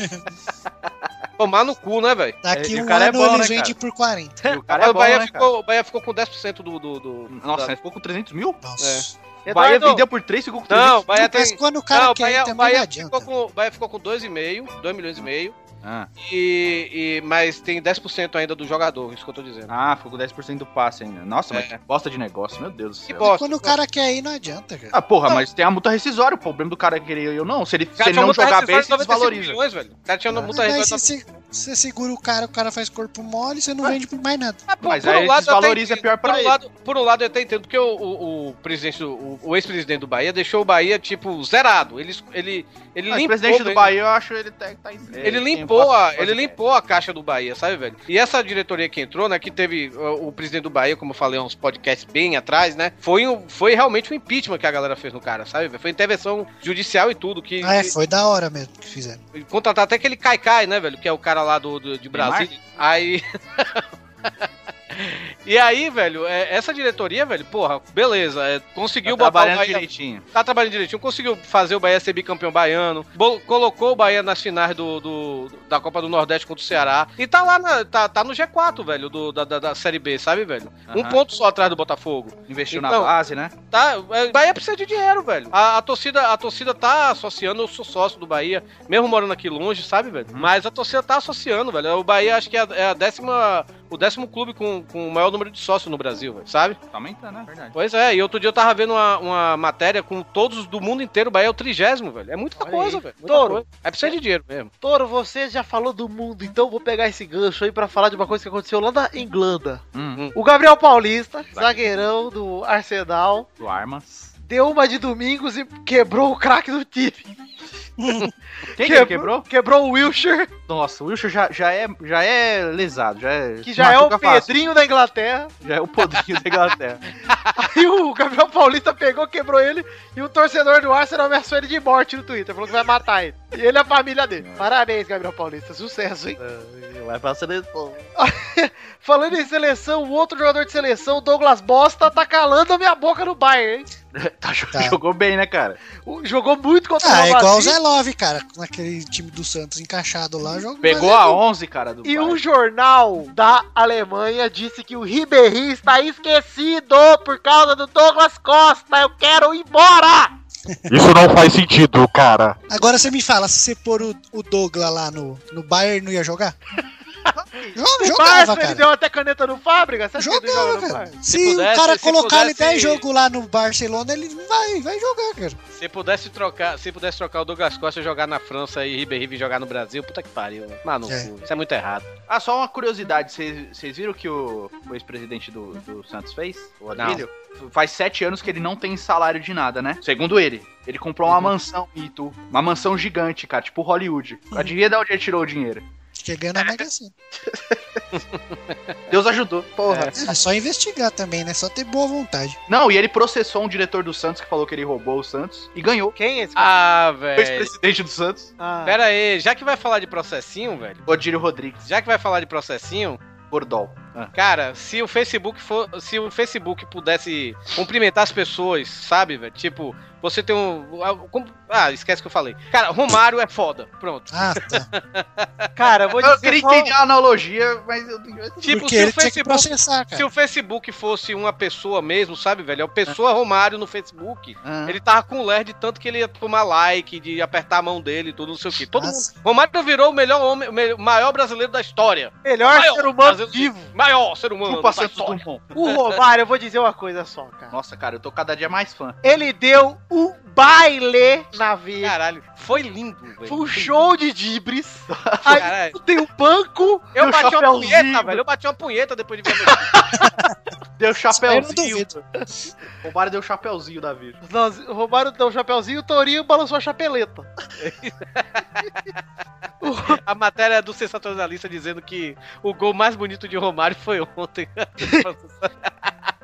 [SPEAKER 6] Tomar no cu, né, velho?
[SPEAKER 1] Daqui
[SPEAKER 2] e o
[SPEAKER 1] um
[SPEAKER 2] cara é
[SPEAKER 1] ano
[SPEAKER 2] bom,
[SPEAKER 1] ele
[SPEAKER 2] né,
[SPEAKER 1] vende por 40.
[SPEAKER 2] E o cara é
[SPEAKER 6] o,
[SPEAKER 2] bom,
[SPEAKER 6] Bahia
[SPEAKER 2] né,
[SPEAKER 6] ficou, o Bahia ficou com 10% do. do, do
[SPEAKER 2] cara? Nossa, é
[SPEAKER 6] da-
[SPEAKER 2] ele ficou com 300 mil?
[SPEAKER 1] Nossa.
[SPEAKER 2] O Bahia
[SPEAKER 3] Eduardo,
[SPEAKER 2] vendeu por 3, ficou com 300
[SPEAKER 6] Não, o Bahia
[SPEAKER 1] Mas
[SPEAKER 6] tem.
[SPEAKER 1] quando o cara
[SPEAKER 6] assim, Não, é, o
[SPEAKER 1] quer,
[SPEAKER 6] Bahia, o
[SPEAKER 1] também não
[SPEAKER 6] Bahia
[SPEAKER 1] adianta.
[SPEAKER 6] ficou com, o Bahia ficou com 2,5, 2 milhões e meio,
[SPEAKER 2] Ah,
[SPEAKER 6] e, e, mas tem 10% ainda do jogador, isso que eu tô dizendo.
[SPEAKER 2] ah, ficou com 10% do passe ainda. Nossa, mas que
[SPEAKER 6] É.
[SPEAKER 2] bosta de negócio, meu Deus do céu.
[SPEAKER 6] bosta.
[SPEAKER 1] Quando o cara quer ir, não adianta, cara.
[SPEAKER 2] Ah, porra, mas tem a multa rescisória. O problema do cara é querer eu não. Se ele, se
[SPEAKER 6] cara
[SPEAKER 2] ele
[SPEAKER 6] tinha
[SPEAKER 2] não
[SPEAKER 6] uma multa
[SPEAKER 2] jogar bem,
[SPEAKER 6] rescisória então de
[SPEAKER 2] se
[SPEAKER 6] 95
[SPEAKER 2] desvaloriza. É.
[SPEAKER 6] milhões, velho. O cara tinha uma multa
[SPEAKER 1] Mas é aí
[SPEAKER 6] rescisória.
[SPEAKER 1] você, você segura o cara, o cara faz corpo mole, você não vende por mais nada.
[SPEAKER 6] tá Ah, por,
[SPEAKER 2] Mas
[SPEAKER 6] por
[SPEAKER 2] aí
[SPEAKER 6] um lado, eu até
[SPEAKER 2] desvaloriza, é
[SPEAKER 6] entendo.
[SPEAKER 2] pior pra
[SPEAKER 6] por um
[SPEAKER 2] ele.
[SPEAKER 6] Lado, por um lado, eu até entendo, porque o, o, o presidente, do- o, o ex-presidente do Bahia deixou o Bahia, tipo, zerado. Ele, ele, ele
[SPEAKER 2] Ah,
[SPEAKER 6] limpou...
[SPEAKER 2] o presidente do
[SPEAKER 6] bem-
[SPEAKER 2] Bahia, eu acho ele tá, tá
[SPEAKER 6] Ele limpou, a, ele limpou a caixa do Bahia, sabe, velho? E essa diretoria que entrou, né, que teve ó, o presidente do Bahia, como eu falei uns podcasts bem atrás, né, foi, um, foi realmente um impeachment que a galera fez no cara, sabe? velho? Foi intervenção judicial e tudo, que,
[SPEAKER 1] Ah, é, foi da hora mesmo que fizeram.
[SPEAKER 6] que- contratar até aquele Caicai, né, velho, que é o cara lá do, do- de Brasília. Aí... E aí, velho, é, essa diretoria, velho, porra, beleza, é, conseguiu
[SPEAKER 2] Tá
[SPEAKER 6] botar o
[SPEAKER 2] trabalhando
[SPEAKER 6] Bahia
[SPEAKER 2] direitinho.
[SPEAKER 6] tá trabalhando direitinho, conseguiu fazer o Bahia ser bicampeão baiano, bol- colocou o Bahia nas finais do, do- da Copa do Nordeste contra o Ceará, e tá lá, na- tá, tá no G4, velho, do- da, da, da Série B, sabe, velho? Um
[SPEAKER 2] Aham.
[SPEAKER 6] ponto só atrás do Botafogo.
[SPEAKER 2] Investiu na
[SPEAKER 6] Então-
[SPEAKER 2] base, né?
[SPEAKER 6] Tá, é, Bahia precisa de dinheiro, velho. A, a torcida, a torcida tá associando, eu sou sócio do Bahia, mesmo morando aqui longe, sabe, velho? Mas a torcida tá associando, velho. O Bahia acho que é a, é a décima, o décimo clube com, com o maior número de sócios no Brasil, velho, sabe?
[SPEAKER 2] Tá aumentando, né? Verdade.
[SPEAKER 6] Pois é, e outro dia eu tava vendo uma, uma matéria com todos do mundo inteiro, o Bahia é o trigésimo, velho. É muita
[SPEAKER 3] Olha
[SPEAKER 6] coisa,
[SPEAKER 3] aí.
[SPEAKER 6] velho. muita
[SPEAKER 3] Touro.
[SPEAKER 6] coisa. É precisa de dinheiro mesmo.
[SPEAKER 3] Toro, você já falou do mundo, então vou pegar esse gancho aí pra falar de uma coisa que aconteceu lá na Inglanda.
[SPEAKER 2] Hum,
[SPEAKER 3] O Gabriel Paulista, zagueirão do Arsenal,
[SPEAKER 2] do Armas.
[SPEAKER 3] deu uma de domingos e quebrou o craque do time.
[SPEAKER 2] Quem que ele quebrou?
[SPEAKER 3] Quebrou o Wilshire,
[SPEAKER 2] Nossa, o Wilson já, já, é, já é lesado, já é.
[SPEAKER 3] que já é o
[SPEAKER 2] machuca fácil,
[SPEAKER 3] Pedrinho da Inglaterra.
[SPEAKER 2] Já é o podrinho da Inglaterra.
[SPEAKER 3] Aí o Gabriel Paulista pegou, quebrou ele e o torcedor do Arsenal ameaçou ele de morte no Twitter. Falou que vai matar ele. E ele é a família dele. Parabéns, Gabriel Paulista. Sucesso, hein?
[SPEAKER 5] Vai pra seleção.
[SPEAKER 3] Falando em seleção, o outro jogador de seleção, Douglas Bosta, tá calando a minha boca no Bayern, hein?
[SPEAKER 2] Tá, jo-
[SPEAKER 1] Tá.
[SPEAKER 2] Jogou bem, né, cara?
[SPEAKER 3] O- Jogou muito contra
[SPEAKER 1] Ah, é
[SPEAKER 3] o Real
[SPEAKER 1] igual o
[SPEAKER 3] Madrid.
[SPEAKER 1] Zé Love, cara, naquele time do Santos encaixado lá, jogou.
[SPEAKER 2] Pegou
[SPEAKER 6] é
[SPEAKER 2] a 11, cara, do
[SPEAKER 3] E
[SPEAKER 2] Bayern.
[SPEAKER 3] um jornal da Alemanha disse que o Ribéry está esquecido por causa do Douglas Costa. Eu quero ir embora!
[SPEAKER 8] Isso não faz sentido, cara.
[SPEAKER 1] Agora você me fala, se você pôr o, o Douglas lá no, no Bayern, não ia jogar? Jo-
[SPEAKER 3] Mas
[SPEAKER 1] jogava,
[SPEAKER 3] ele
[SPEAKER 1] cara.
[SPEAKER 3] deu até caneta no Fábrica? Você acha que ele não
[SPEAKER 1] Jogava,
[SPEAKER 3] joga no
[SPEAKER 1] cara.
[SPEAKER 3] Bayern?
[SPEAKER 1] Se,
[SPEAKER 6] pudesse-
[SPEAKER 1] o cara
[SPEAKER 6] se
[SPEAKER 1] colocar ele
[SPEAKER 6] pudesse-
[SPEAKER 1] 10 jogos lá no Barcelona, ele vai, vai jogar, cara.
[SPEAKER 6] Se pudesse trocar, se pudesse trocar o Douglas Costa e jogar na França e Ribeirinho jogar no Brasil, puta que pariu, velho. Mano,
[SPEAKER 1] É.
[SPEAKER 6] isso é muito errado.
[SPEAKER 2] Ah, só uma curiosidade, vocês vocês viram o que o, o ex-presidente do, do Santos fez? O Adílio? Faz sete anos que ele não tem salário de nada, né? Segundo ele. Ele comprou uma mansão em Itu, uma mansão gigante, cara, tipo Hollywood. Adivinha de onde ele tirou o dinheiro?
[SPEAKER 1] que ganha na Mega Sena.
[SPEAKER 2] Deus ajudou, porra.
[SPEAKER 1] É só investigar também, né? Só ter boa vontade.
[SPEAKER 2] Não, e ele processou um diretor do Santos que falou que ele roubou o Santos e ganhou.
[SPEAKER 3] Quem é esse cara?
[SPEAKER 6] Ah, velho.
[SPEAKER 2] Ex-presidente do Santos,
[SPEAKER 3] Ah,
[SPEAKER 6] Pera aí, já que vai falar de processinho, velho.
[SPEAKER 2] Odílio Rodrigues,
[SPEAKER 6] Já que vai falar de processinho,
[SPEAKER 2] Bordol. Ah.
[SPEAKER 6] cara, se o Facebook for, se o Facebook pudesse cumprimentar as pessoas, sabe, velho? Tipo, você tem um ah, como- ah, esquece que eu falei. Cara, Romário é foda. Pronto.
[SPEAKER 1] Ah, tá.
[SPEAKER 3] Cara, Ah. eu vou
[SPEAKER 2] Eu
[SPEAKER 3] dizer
[SPEAKER 2] queria
[SPEAKER 3] só...
[SPEAKER 2] entender a analogia, mas eu
[SPEAKER 6] Tipo,
[SPEAKER 1] Porque
[SPEAKER 6] se
[SPEAKER 1] ele
[SPEAKER 6] o
[SPEAKER 1] tinha que
[SPEAKER 6] Facebook
[SPEAKER 1] processar,
[SPEAKER 6] Se
[SPEAKER 1] cara.
[SPEAKER 6] o Facebook fosse uma pessoa mesmo, sabe, velho? É o pessoa Romário no Facebook.
[SPEAKER 2] Ah.
[SPEAKER 6] Ele tava com ler de tanto que ele ia tomar like, de apertar a mão dele, e tudo, não sei o quê. Todo
[SPEAKER 1] Nossa.
[SPEAKER 6] mundo. Romário virou o melhor homem, o me- maior brasileiro da história.
[SPEAKER 3] Melhor
[SPEAKER 6] Maior
[SPEAKER 3] ser humano
[SPEAKER 6] brasileiro-
[SPEAKER 3] vivo.
[SPEAKER 6] Maior ser humano
[SPEAKER 2] Desculpa,
[SPEAKER 6] da
[SPEAKER 2] Santos
[SPEAKER 6] história.
[SPEAKER 2] Dumont.
[SPEAKER 3] O Romário, eu vou dizer uma coisa só, cara.
[SPEAKER 2] Nossa, cara, eu tô cada dia mais fã.
[SPEAKER 3] Ele deu um baile na vida.
[SPEAKER 6] Caralho, foi lindo, velho.
[SPEAKER 3] Foi um show de dibres. Aí
[SPEAKER 6] Caralho.
[SPEAKER 3] tem um banco.
[SPEAKER 6] Eu
[SPEAKER 3] e um
[SPEAKER 6] bati uma
[SPEAKER 3] chapéuzinho.
[SPEAKER 6] punheta, velho. Eu bati uma punheta depois de ver. meu-
[SPEAKER 2] Deu
[SPEAKER 1] eu não
[SPEAKER 2] chapéuzinho.
[SPEAKER 1] duvido.
[SPEAKER 2] O Mário deu chapéuzinho da vida.
[SPEAKER 3] Nós- O Romário deu um chapéuzinho e o Tourinho balançou a chapeleta.
[SPEAKER 6] A matéria do sensacionalista dizendo que o gol mais bonito de Romário foi ontem.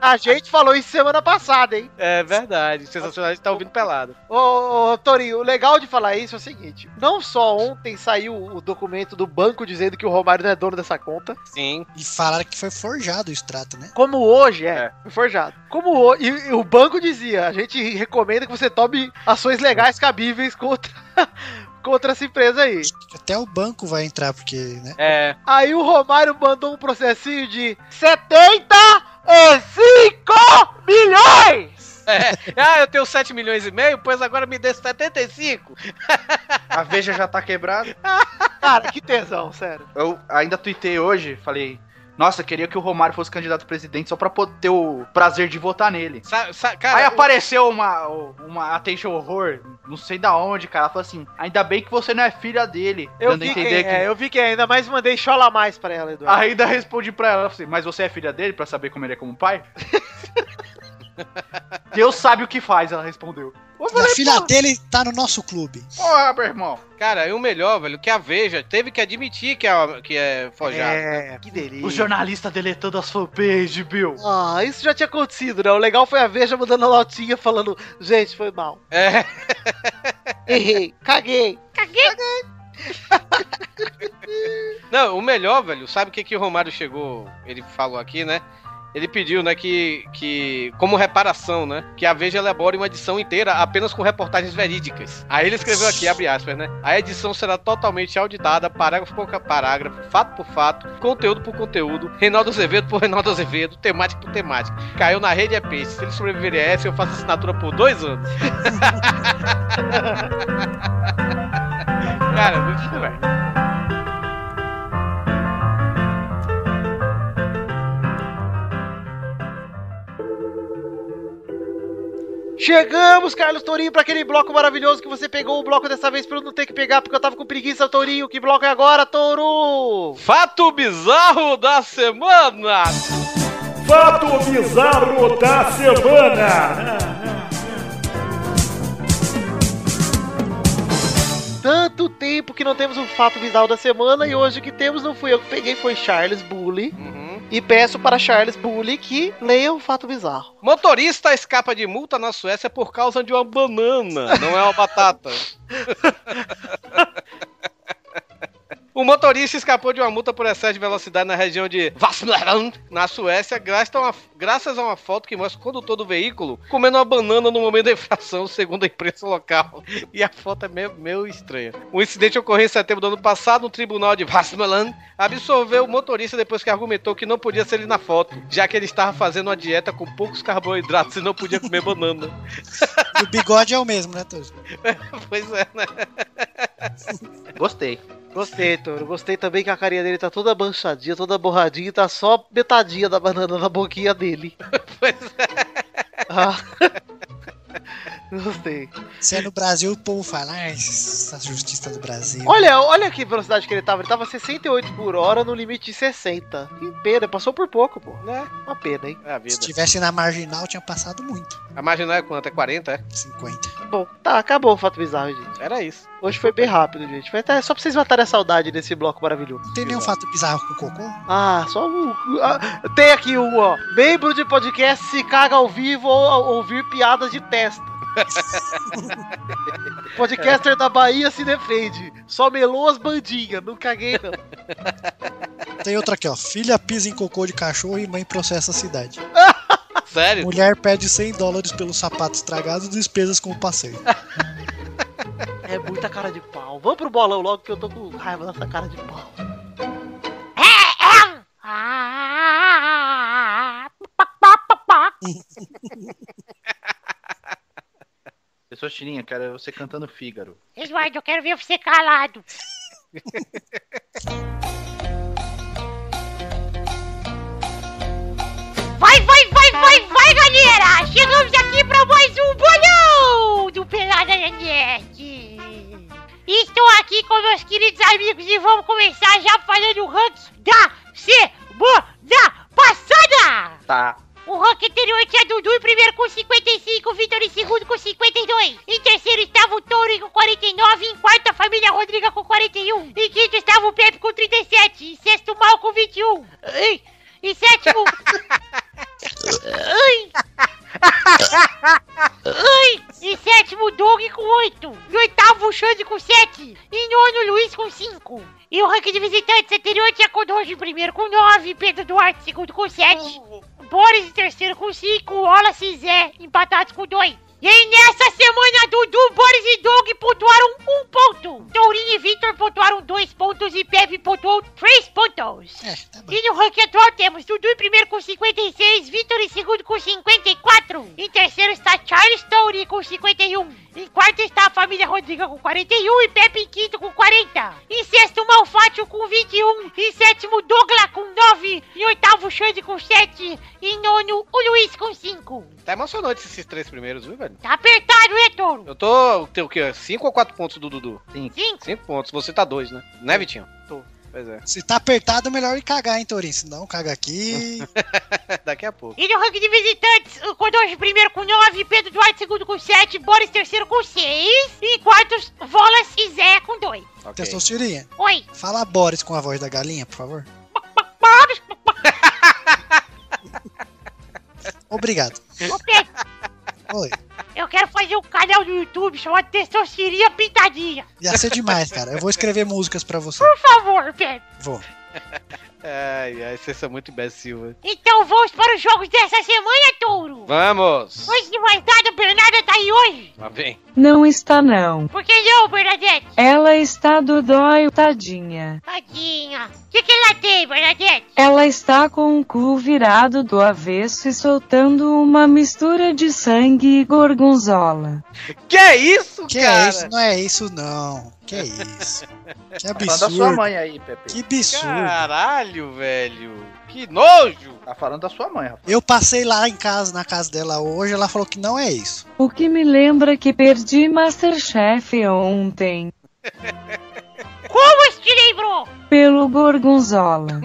[SPEAKER 3] A gente falou isso semana passada, hein?
[SPEAKER 6] é verdade. O sensacionalista tá ouvindo pelado.
[SPEAKER 3] Ô, ô, ô, Torinho, o legal de falar isso é o seguinte: não só ontem saiu o documento do banco dizendo que o Romário não é dono dessa conta,
[SPEAKER 6] Sim.
[SPEAKER 1] E falaram que foi forjado o extrato, né?
[SPEAKER 3] como hoje é, foi forjado. Como hoje, e, e o banco dizia: a gente recomenda que você tome ações legais cabíveis contra, contra essa empresa aí.
[SPEAKER 1] Até o banco vai entrar, porque, né?
[SPEAKER 6] É.
[SPEAKER 3] Aí o Romário mandou um processinho de 75 milhões!
[SPEAKER 6] É. Ah, eu tenho 7 milhões e meio, pois agora me dê 75.
[SPEAKER 2] A Veja já tá quebrada.
[SPEAKER 3] Cara, que tesão, sério.
[SPEAKER 2] Eu ainda tuitei hoje, falei... Nossa, queria que o Romário fosse candidato a presidente só pra po- ter o prazer de votar nele.
[SPEAKER 6] Sa- sa-
[SPEAKER 2] Aí
[SPEAKER 6] cara,
[SPEAKER 2] apareceu uma, uma attention horror, não sei da onde, cara. Ela falou assim: ainda bem que você não é filha dele.
[SPEAKER 3] Eu
[SPEAKER 2] dando a
[SPEAKER 3] vi, quem,
[SPEAKER 2] entender que.
[SPEAKER 3] é, eu vi quem é, ainda mais mandei chola mais pra ela, Eduardo.
[SPEAKER 2] Ainda respondi pra ela assim: mas você é filha dele pra saber como ele é como pai? Deus sabe o que faz, ela respondeu. Eu
[SPEAKER 1] E a
[SPEAKER 2] falei,
[SPEAKER 1] filha dele tá no nosso clube.
[SPEAKER 2] porra, meu irmão.
[SPEAKER 6] cara, e o melhor, velho, que a Veja teve que admitir que é, que é forjado.
[SPEAKER 3] É, que delícia.
[SPEAKER 2] O jornalista deletando as fanpages, Bill.
[SPEAKER 3] Ah, isso já tinha acontecido, né? O legal foi a Veja mandando a notinha falando, gente, foi mal.
[SPEAKER 6] É.
[SPEAKER 3] Errei, caguei.
[SPEAKER 6] Não, o melhor, velho, sabe o que, que o Romário chegou, ele falou aqui, né? Ele pediu, né, que, que, como reparação, né, que a Veja elabore uma edição inteira apenas com reportagens verídicas. Aí ele escreveu aqui, abre aspas, né, a edição será totalmente auditada, parágrafo por ca- parágrafo, fato por fato, conteúdo por conteúdo, Reinaldo Azevedo por Reinaldo Azevedo, temática por temática. Caiu na rede é peixe, se ele sobreviver a essa, eu faço assinatura por dois anos. Cara, muito velho.
[SPEAKER 3] Chegamos, Carlos Tourinho, pra aquele bloco maravilhoso que você pegou o bloco dessa vez pra eu não ter que pegar porque eu tava com preguiça, Tourinho. Que bloco é agora, Touro?
[SPEAKER 6] Fato bizarro da semana!
[SPEAKER 4] Fato bizarro da semana.
[SPEAKER 3] Tanto tempo que não temos um fato bizarro da semana e hoje o que temos não fui eu que peguei, foi Charles Bully.
[SPEAKER 6] Uhum.
[SPEAKER 3] E peço para Charles Bully que leia o fato bizarro.
[SPEAKER 6] Motorista escapa de multa na Suécia por causa de uma banana, não é uma batata. O motorista escapou de uma multa por excesso de velocidade na região de Vassmland, na Suécia, graças a, uma, graças a uma foto que mostra o condutor do veículo comendo uma banana no momento da infração, segundo a imprensa local. E a foto é meio, meio estranha. O incidente ocorreu em setembro do ano passado no tribunal de Vassmland, absolveu o motorista depois que argumentou que não podia ser ele na foto, já que ele estava fazendo uma dieta com poucos carboidratos e não podia comer banana.
[SPEAKER 1] E o bigode é o mesmo, né, Todos?
[SPEAKER 6] pois é, né?
[SPEAKER 2] Gostei.
[SPEAKER 3] Gostei, Touro. Gostei também que a carinha dele tá toda manchadinha, toda borradinha e tá só metadinha da banana na boquinha dele.
[SPEAKER 6] Pois
[SPEAKER 3] Ah.
[SPEAKER 5] Gostei.
[SPEAKER 1] Se é no Brasil, o povo fala, ah, essa justiça do Brasil.
[SPEAKER 5] Olha, olha que velocidade que ele tava. Ele tava 68 por hora no limite de 60. Que pena, passou por pouco, pô.
[SPEAKER 6] Né?
[SPEAKER 5] Uma pena, hein?
[SPEAKER 6] É a
[SPEAKER 1] Se
[SPEAKER 6] vida.
[SPEAKER 1] tivesse na marginal, tinha passado muito.
[SPEAKER 6] A marginal é quanto? É 40, é?
[SPEAKER 1] 50.
[SPEAKER 5] Bom, tá, acabou o fato bizarro, gente.
[SPEAKER 6] Era isso.
[SPEAKER 5] Hoje foi bem rápido, gente. Foi até só pra vocês matarem a saudade desse bloco maravilhoso.
[SPEAKER 1] Não tem nenhum fato bizarro com o cocô?
[SPEAKER 5] Ah, só um. ah, tem aqui um, ó. Membro de podcast se caga ao vivo ou ao ouvir piadas de testa. Podcaster da Bahia se defende. Só melou as bandinhas. Não caguei, não.
[SPEAKER 1] Tem outra aqui, ó. Filha pisa em cocô de cachorro e mãe processa a cidade.
[SPEAKER 6] Ah, Sério?
[SPEAKER 1] Mulher pede 100 dólares pelo sapato estragado e despesas com o passeio.
[SPEAKER 5] É muita cara de pau. Vamos pro bolão logo que eu tô com raiva dessa cara de pau.
[SPEAKER 7] Ah,
[SPEAKER 2] Pessoa tirinha, cara, você cantando Fígaro.
[SPEAKER 7] Eduardo, eu quero ver você calado. Vai, vai, vai, vai, vai, galera! Chegamos aqui pra mais um bolão do Pelada na Net. Estou aqui com meus queridos amigos e vamos começar já falando o ranking da semana passada!
[SPEAKER 2] Tá.
[SPEAKER 7] O ranking anterior tinha Dudu em primeiro com 55, o Vitor em segundo com 52. Em terceiro estava o Touro com 49, em quarto a família Rodriga com 41. Em quinto estava o Pepe com 37, em sexto o Mal com 21. Ai, Em sétimo... Ai. Ai. Em sétimo o Doug com 8. Em oitavo o Xande com 7. Em nono o Luiz com 5. E o ranking de visitantes anterior tinha Codojo em primeiro com 9, Pedro Duarte em segundo com 7. Boris em terceiro com 5, Wallace e Zé empatados com 2. E aí, nessa semana, Dudu, Boris e Doug pontuaram um ponto. Tourinho e Victor pontuaram dois pontos e Pepe pontuou três pontos.
[SPEAKER 1] É, tá bom.
[SPEAKER 7] E no ranking atual temos Dudu em primeiro com 56, Vitor em segundo com 54. Em terceiro está Charles Story com 51. Em quarto está a família Rodrigo com 41 e Pepe em quinto com 40. Em sexto, Malfátio com 21. Em sétimo, Douglas com 9. Em oitavo, Xande com 7. Em nono, o Luiz com 5.
[SPEAKER 6] Tá emocionante esses três primeiros, viu, velho?
[SPEAKER 7] Tá apertado, hein, Toro?
[SPEAKER 6] Eu tô. Tem o quê? Cinco ou quatro pontos do Dudu?
[SPEAKER 7] 5.
[SPEAKER 6] Cinco pontos. Você tá dois, né? Né, Vitinho?
[SPEAKER 5] Tô.
[SPEAKER 6] Pois é.
[SPEAKER 1] Se tá apertado, melhor ir cagar, hein, Torinho? Se não, caga aqui.
[SPEAKER 6] É, Daqui a pouco.
[SPEAKER 7] E no ranking de visitantes, o Kodoji primeiro com 9, Pedro Duarte segundo com 7, Boris terceiro com 6, e em quartos, Volas e Zé com 2.
[SPEAKER 1] Então
[SPEAKER 6] Ok.
[SPEAKER 1] Testosterinha.
[SPEAKER 7] Oi.
[SPEAKER 1] Fala Boris com a voz da galinha, por favor.
[SPEAKER 7] Boris,
[SPEAKER 1] Obrigado.
[SPEAKER 7] ô Pedro,
[SPEAKER 1] Oi.
[SPEAKER 7] eu quero fazer um canal no YouTube chamado Testosteria Pintadinha.
[SPEAKER 1] Ia ser demais, cara. Eu vou escrever músicas pra você.
[SPEAKER 7] Por favor, Pedro.
[SPEAKER 1] Vou.
[SPEAKER 6] Ai, ai, vocês são muito imbecil, velho.
[SPEAKER 7] Então vamos para os jogos dessa semana, Touro.
[SPEAKER 6] Vamos!
[SPEAKER 7] Antes de mais nada, Bernarda tá aí hoje.
[SPEAKER 6] Lá vem.
[SPEAKER 9] Não está não.
[SPEAKER 7] Por que não, Bernadette?
[SPEAKER 9] Ela está do dói, tadinha.
[SPEAKER 7] Tadinha. O que, que ela tem, Bernadette?
[SPEAKER 9] Ela está com o cu virado do avesso e soltando uma mistura de sangue e gorgonzola.
[SPEAKER 6] Que isso,
[SPEAKER 1] Que
[SPEAKER 6] cara?
[SPEAKER 1] é isso? Não é isso, não. Que é isso? Que
[SPEAKER 2] Tá falando da sua
[SPEAKER 1] absurdo.
[SPEAKER 2] mãe aí, Pepe.
[SPEAKER 1] Que absurdo.
[SPEAKER 6] Caralho, velho. Que nojo!
[SPEAKER 2] Tá falando da sua mãe, rapaz.
[SPEAKER 1] Eu passei lá em casa, na casa dela hoje, ela falou que não é isso.
[SPEAKER 9] O que me lembra que perdi Masterchef ontem.
[SPEAKER 7] Como se te lembrou?
[SPEAKER 9] Pelo gorgonzola.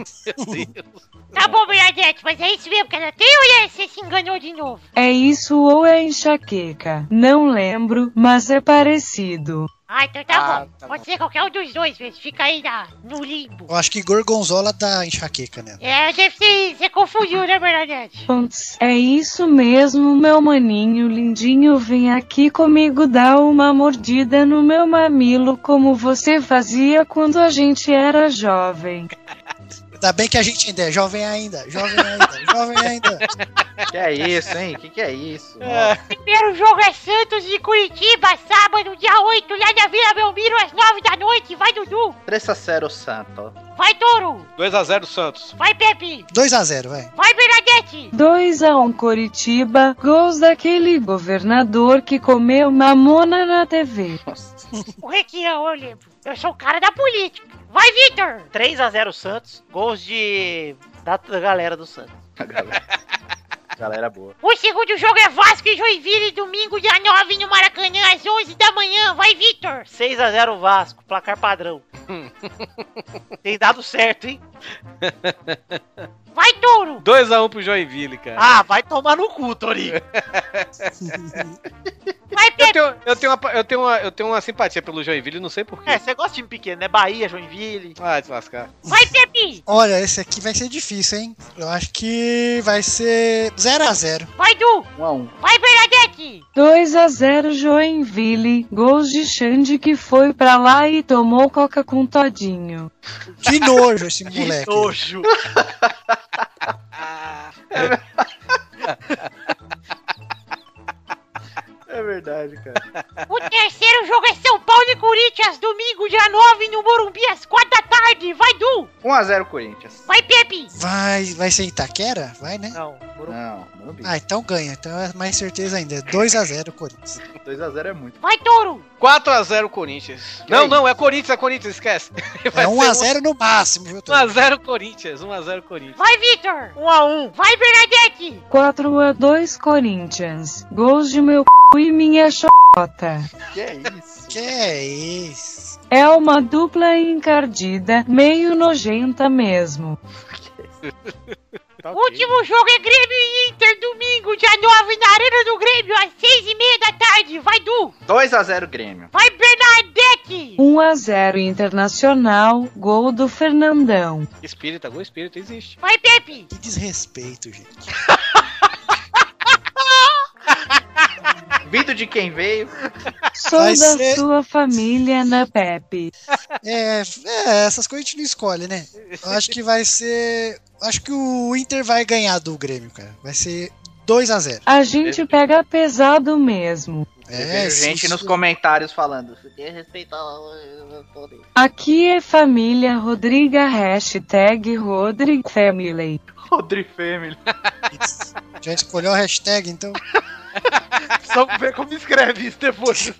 [SPEAKER 7] Tá bom, Bernadette, mas é isso mesmo que ela tem ou é- você se enganou de novo?
[SPEAKER 9] É isso ou é enxaqueca? Não lembro, mas é parecido.
[SPEAKER 7] Ah, então tá
[SPEAKER 6] Ah,
[SPEAKER 7] bom.
[SPEAKER 6] tá
[SPEAKER 7] Pode ser qualquer um dos dois, mas fica aí na, no limbo.
[SPEAKER 1] Eu acho que gorgonzola dá enxaqueca né? nela.
[SPEAKER 7] É, deve ser. Você confundiu, né, Bernadette?
[SPEAKER 9] Pontos. É isso mesmo, meu maninho lindinho. Vem aqui comigo dar uma mordida no meu mamilo, como você fazia quando a gente era jovem.
[SPEAKER 1] Ainda bem que a gente ainda é jovem ainda, jovem ainda, jovem ainda.
[SPEAKER 2] Que é isso, hein? Que que é isso?
[SPEAKER 7] Primeiro jogo é Santos de Curitiba, sábado, dia 8, lá na Vila Belmiro, às 9 da noite. Vai, Dudu.
[SPEAKER 2] 3 a 0 Santo.
[SPEAKER 7] Vai, Touro.
[SPEAKER 6] 2x0 Santos.
[SPEAKER 7] Vai, Pepe.
[SPEAKER 1] 2x0, vai.
[SPEAKER 7] Vai, Bernadette.
[SPEAKER 9] 2 a 1 Curitiba, gols daquele governador que comeu mamona na TV.
[SPEAKER 7] O Requião, eu lembro. Eu sou o cara da política. Vai, Vitor.
[SPEAKER 3] 3x0 Santos, gols de. da da galera do Santos.
[SPEAKER 2] Galera boa.
[SPEAKER 7] O segundo jogo é Vasco e Joinville, domingo, dia 9, no Maracanã, às 11 da manhã. Vai, Vitor!
[SPEAKER 3] 6x0 Vasco, placar padrão. Tem dado certo, hein?
[SPEAKER 7] Vai, Touro!
[SPEAKER 6] 2x1 pro Joinville, cara.
[SPEAKER 3] Ah, vai tomar no cu, Tori.
[SPEAKER 7] Vai,
[SPEAKER 6] Eu
[SPEAKER 7] Pepe!
[SPEAKER 6] tenho, eu, tenho uma, eu, tenho uma, eu tenho uma simpatia pelo Joinville, não sei porquê.
[SPEAKER 3] É, você gosta de time pequeno, né? Bahia, Joinville.
[SPEAKER 6] Ah, te lascar.
[SPEAKER 7] Vai, Pepe!
[SPEAKER 1] Olha, esse aqui vai ser difícil, hein? Eu acho que vai ser 0x0.
[SPEAKER 7] Vai, Du!
[SPEAKER 2] 1 a 1
[SPEAKER 7] Vai, Bernadette!
[SPEAKER 9] 2 a 0 Joinville, gols de Xande que foi pra lá e tomou coca com todinho.
[SPEAKER 1] Que nojo esse
[SPEAKER 3] Que
[SPEAKER 1] moleque.
[SPEAKER 3] nojo.
[SPEAKER 2] É verdade, cara.
[SPEAKER 7] O terceiro jogo é São Paulo e Corinthians, domingo, dia 9, no Morumbi, às 4 da tarde. Vai, Du!
[SPEAKER 2] 1x0 Corinthians.
[SPEAKER 7] Vai, Pepe!
[SPEAKER 1] Vai, vai ser Itaquera? Vai, né?
[SPEAKER 3] Não, por um-
[SPEAKER 2] Não, Morumbi.
[SPEAKER 1] Ah, então ganha. Então é mais certeza ainda. 2x0 Corinthians.
[SPEAKER 2] 2x0 é muito.
[SPEAKER 7] Vai, Touro!
[SPEAKER 6] 4x0 Corinthians.
[SPEAKER 2] Que
[SPEAKER 6] Não,
[SPEAKER 2] isso?
[SPEAKER 6] não, é Corinthians, é Corinthians, esquece.
[SPEAKER 1] É 1x0 no máximo, viu, Tony?
[SPEAKER 6] 1x0 Corinthians, 1x0 Corinthians.
[SPEAKER 7] Vai, Vitor!
[SPEAKER 3] Um a um.
[SPEAKER 7] Vai, Bernadette!
[SPEAKER 9] 4 a 2 Corinthians, gols de meu c... e minha xota.
[SPEAKER 2] Que é isso?
[SPEAKER 1] Que é isso?
[SPEAKER 9] É uma dupla encardida, meio nojenta mesmo.
[SPEAKER 6] Tá
[SPEAKER 7] O Último jogo é Grêmio e Inter, domingo, dia 9, na Arena do Grêmio, às 6 e meia da tarde. Vai, Du!
[SPEAKER 2] 2x0 Grêmio.
[SPEAKER 7] Vai, Bernadette!
[SPEAKER 9] 1 a 0 Internacional, gol do Fernandão.
[SPEAKER 6] Espírita, gol espírita, existe.
[SPEAKER 7] Vai, Pepe!
[SPEAKER 1] Que desrespeito, gente.
[SPEAKER 2] Vindo de quem veio.
[SPEAKER 9] Sou
[SPEAKER 1] Vai
[SPEAKER 9] da
[SPEAKER 1] ser-
[SPEAKER 9] sua família, na Pepe.
[SPEAKER 1] É, é, essas coisas a gente não escolhe, né? Eu acho que vai ser. Acho que o Inter vai ganhar do Grêmio, cara. Vai ser 2x0.
[SPEAKER 9] A gente pega pesado mesmo.
[SPEAKER 2] Eu vejo
[SPEAKER 1] é
[SPEAKER 2] gente
[SPEAKER 1] isso-
[SPEAKER 2] nos comentários falando.
[SPEAKER 5] Tem que respeitar o Tony.
[SPEAKER 9] Aqui é família Rodriga, hashtag Rodrigo Family.
[SPEAKER 2] Rodri Family.
[SPEAKER 1] isso. Já escolheu a hashtag, então.
[SPEAKER 3] Só ver como escreve isso depois.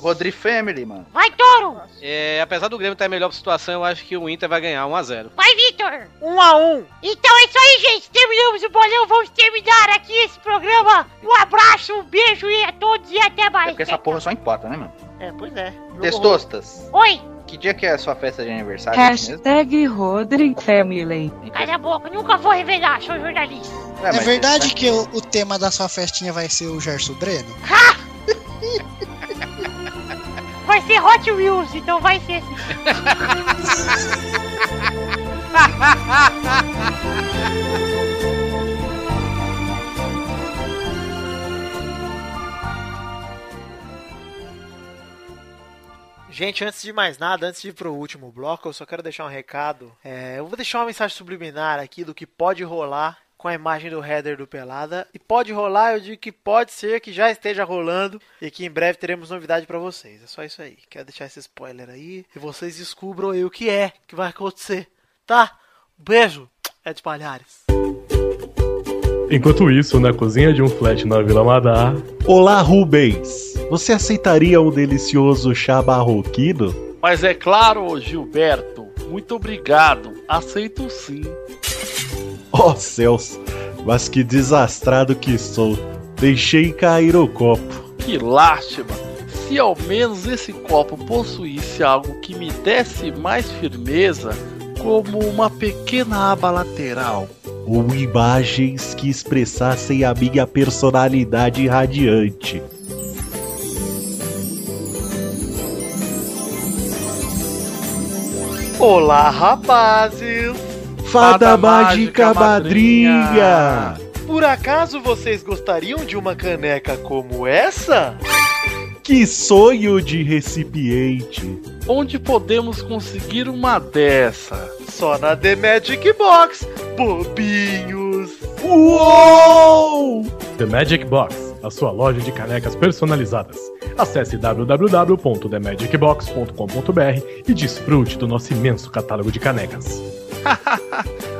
[SPEAKER 2] Rodri Family, mano.
[SPEAKER 7] Vai, Touro!
[SPEAKER 6] É, apesar do Grêmio estar em melhor situação, eu acho que o Inter vai ganhar 1x0.
[SPEAKER 7] Vai, Vitor!
[SPEAKER 3] Um a um.
[SPEAKER 7] Então é isso aí, gente! Terminamos o bolão, vamos terminar aqui esse programa. Um abraço, um beijo e a todos e até
[SPEAKER 2] É
[SPEAKER 7] mais.
[SPEAKER 2] porque essa porra só importa, né, mano?
[SPEAKER 3] É, pois é.
[SPEAKER 2] Testostas,
[SPEAKER 7] Oi!
[SPEAKER 2] que dia que é a sua festa de aniversário
[SPEAKER 1] É
[SPEAKER 2] mesmo?
[SPEAKER 9] Hashtag Rodrigo Family.
[SPEAKER 7] Cala a boca, nunca vou revelar, sou jornalista.
[SPEAKER 2] mas-
[SPEAKER 1] É verdade que o, o tema da sua festinha vai ser o Gerson Breno?
[SPEAKER 7] Vai ser Hot Wheels, então vai ser assim.
[SPEAKER 3] Gente, antes de mais nada, antes de ir pro último bloco, eu só quero deixar um recado. É, eu vou deixar uma mensagem subliminar aqui do que pode rolar com a imagem do header do Pelada. E pode rolar, eu digo que pode ser que já esteja rolando e que em breve teremos novidade pra vocês. É só isso aí. Quero deixar esse spoiler aí e vocês descubram aí o que é que vai acontecer, tá? Beijo, é de Palhares.
[SPEAKER 10] Enquanto isso, na cozinha de um flat na Vila Madar. Olá, Rubens! Você aceitaria um delicioso chá barroquino?
[SPEAKER 4] Mas é claro, Gilberto, muito obrigado. Aceito sim.
[SPEAKER 10] Oh céus, mas que desastrado que sou! Deixei cair o copo.
[SPEAKER 4] Que lástima! Se ao menos esse copo possuísse algo que me desse mais firmeza, como uma pequena aba lateral.
[SPEAKER 10] Ou imagens que expressassem a minha personalidade radiante.
[SPEAKER 3] Olá, rapazes!
[SPEAKER 10] Fada,
[SPEAKER 4] Fada
[SPEAKER 10] mágica,
[SPEAKER 4] mágica,
[SPEAKER 10] madrinha!
[SPEAKER 3] Por acaso vocês gostariam de uma caneca como essa?
[SPEAKER 10] Que sonho de recipiente!
[SPEAKER 4] Onde podemos conseguir uma dessa?
[SPEAKER 3] Só na The Magic Box, bobinhos.
[SPEAKER 10] Uou!
[SPEAKER 11] The Magic Box, a sua loja de canecas personalizadas. Acesse www.themagicbox.com.br e desfrute do nosso imenso catálogo de canecas.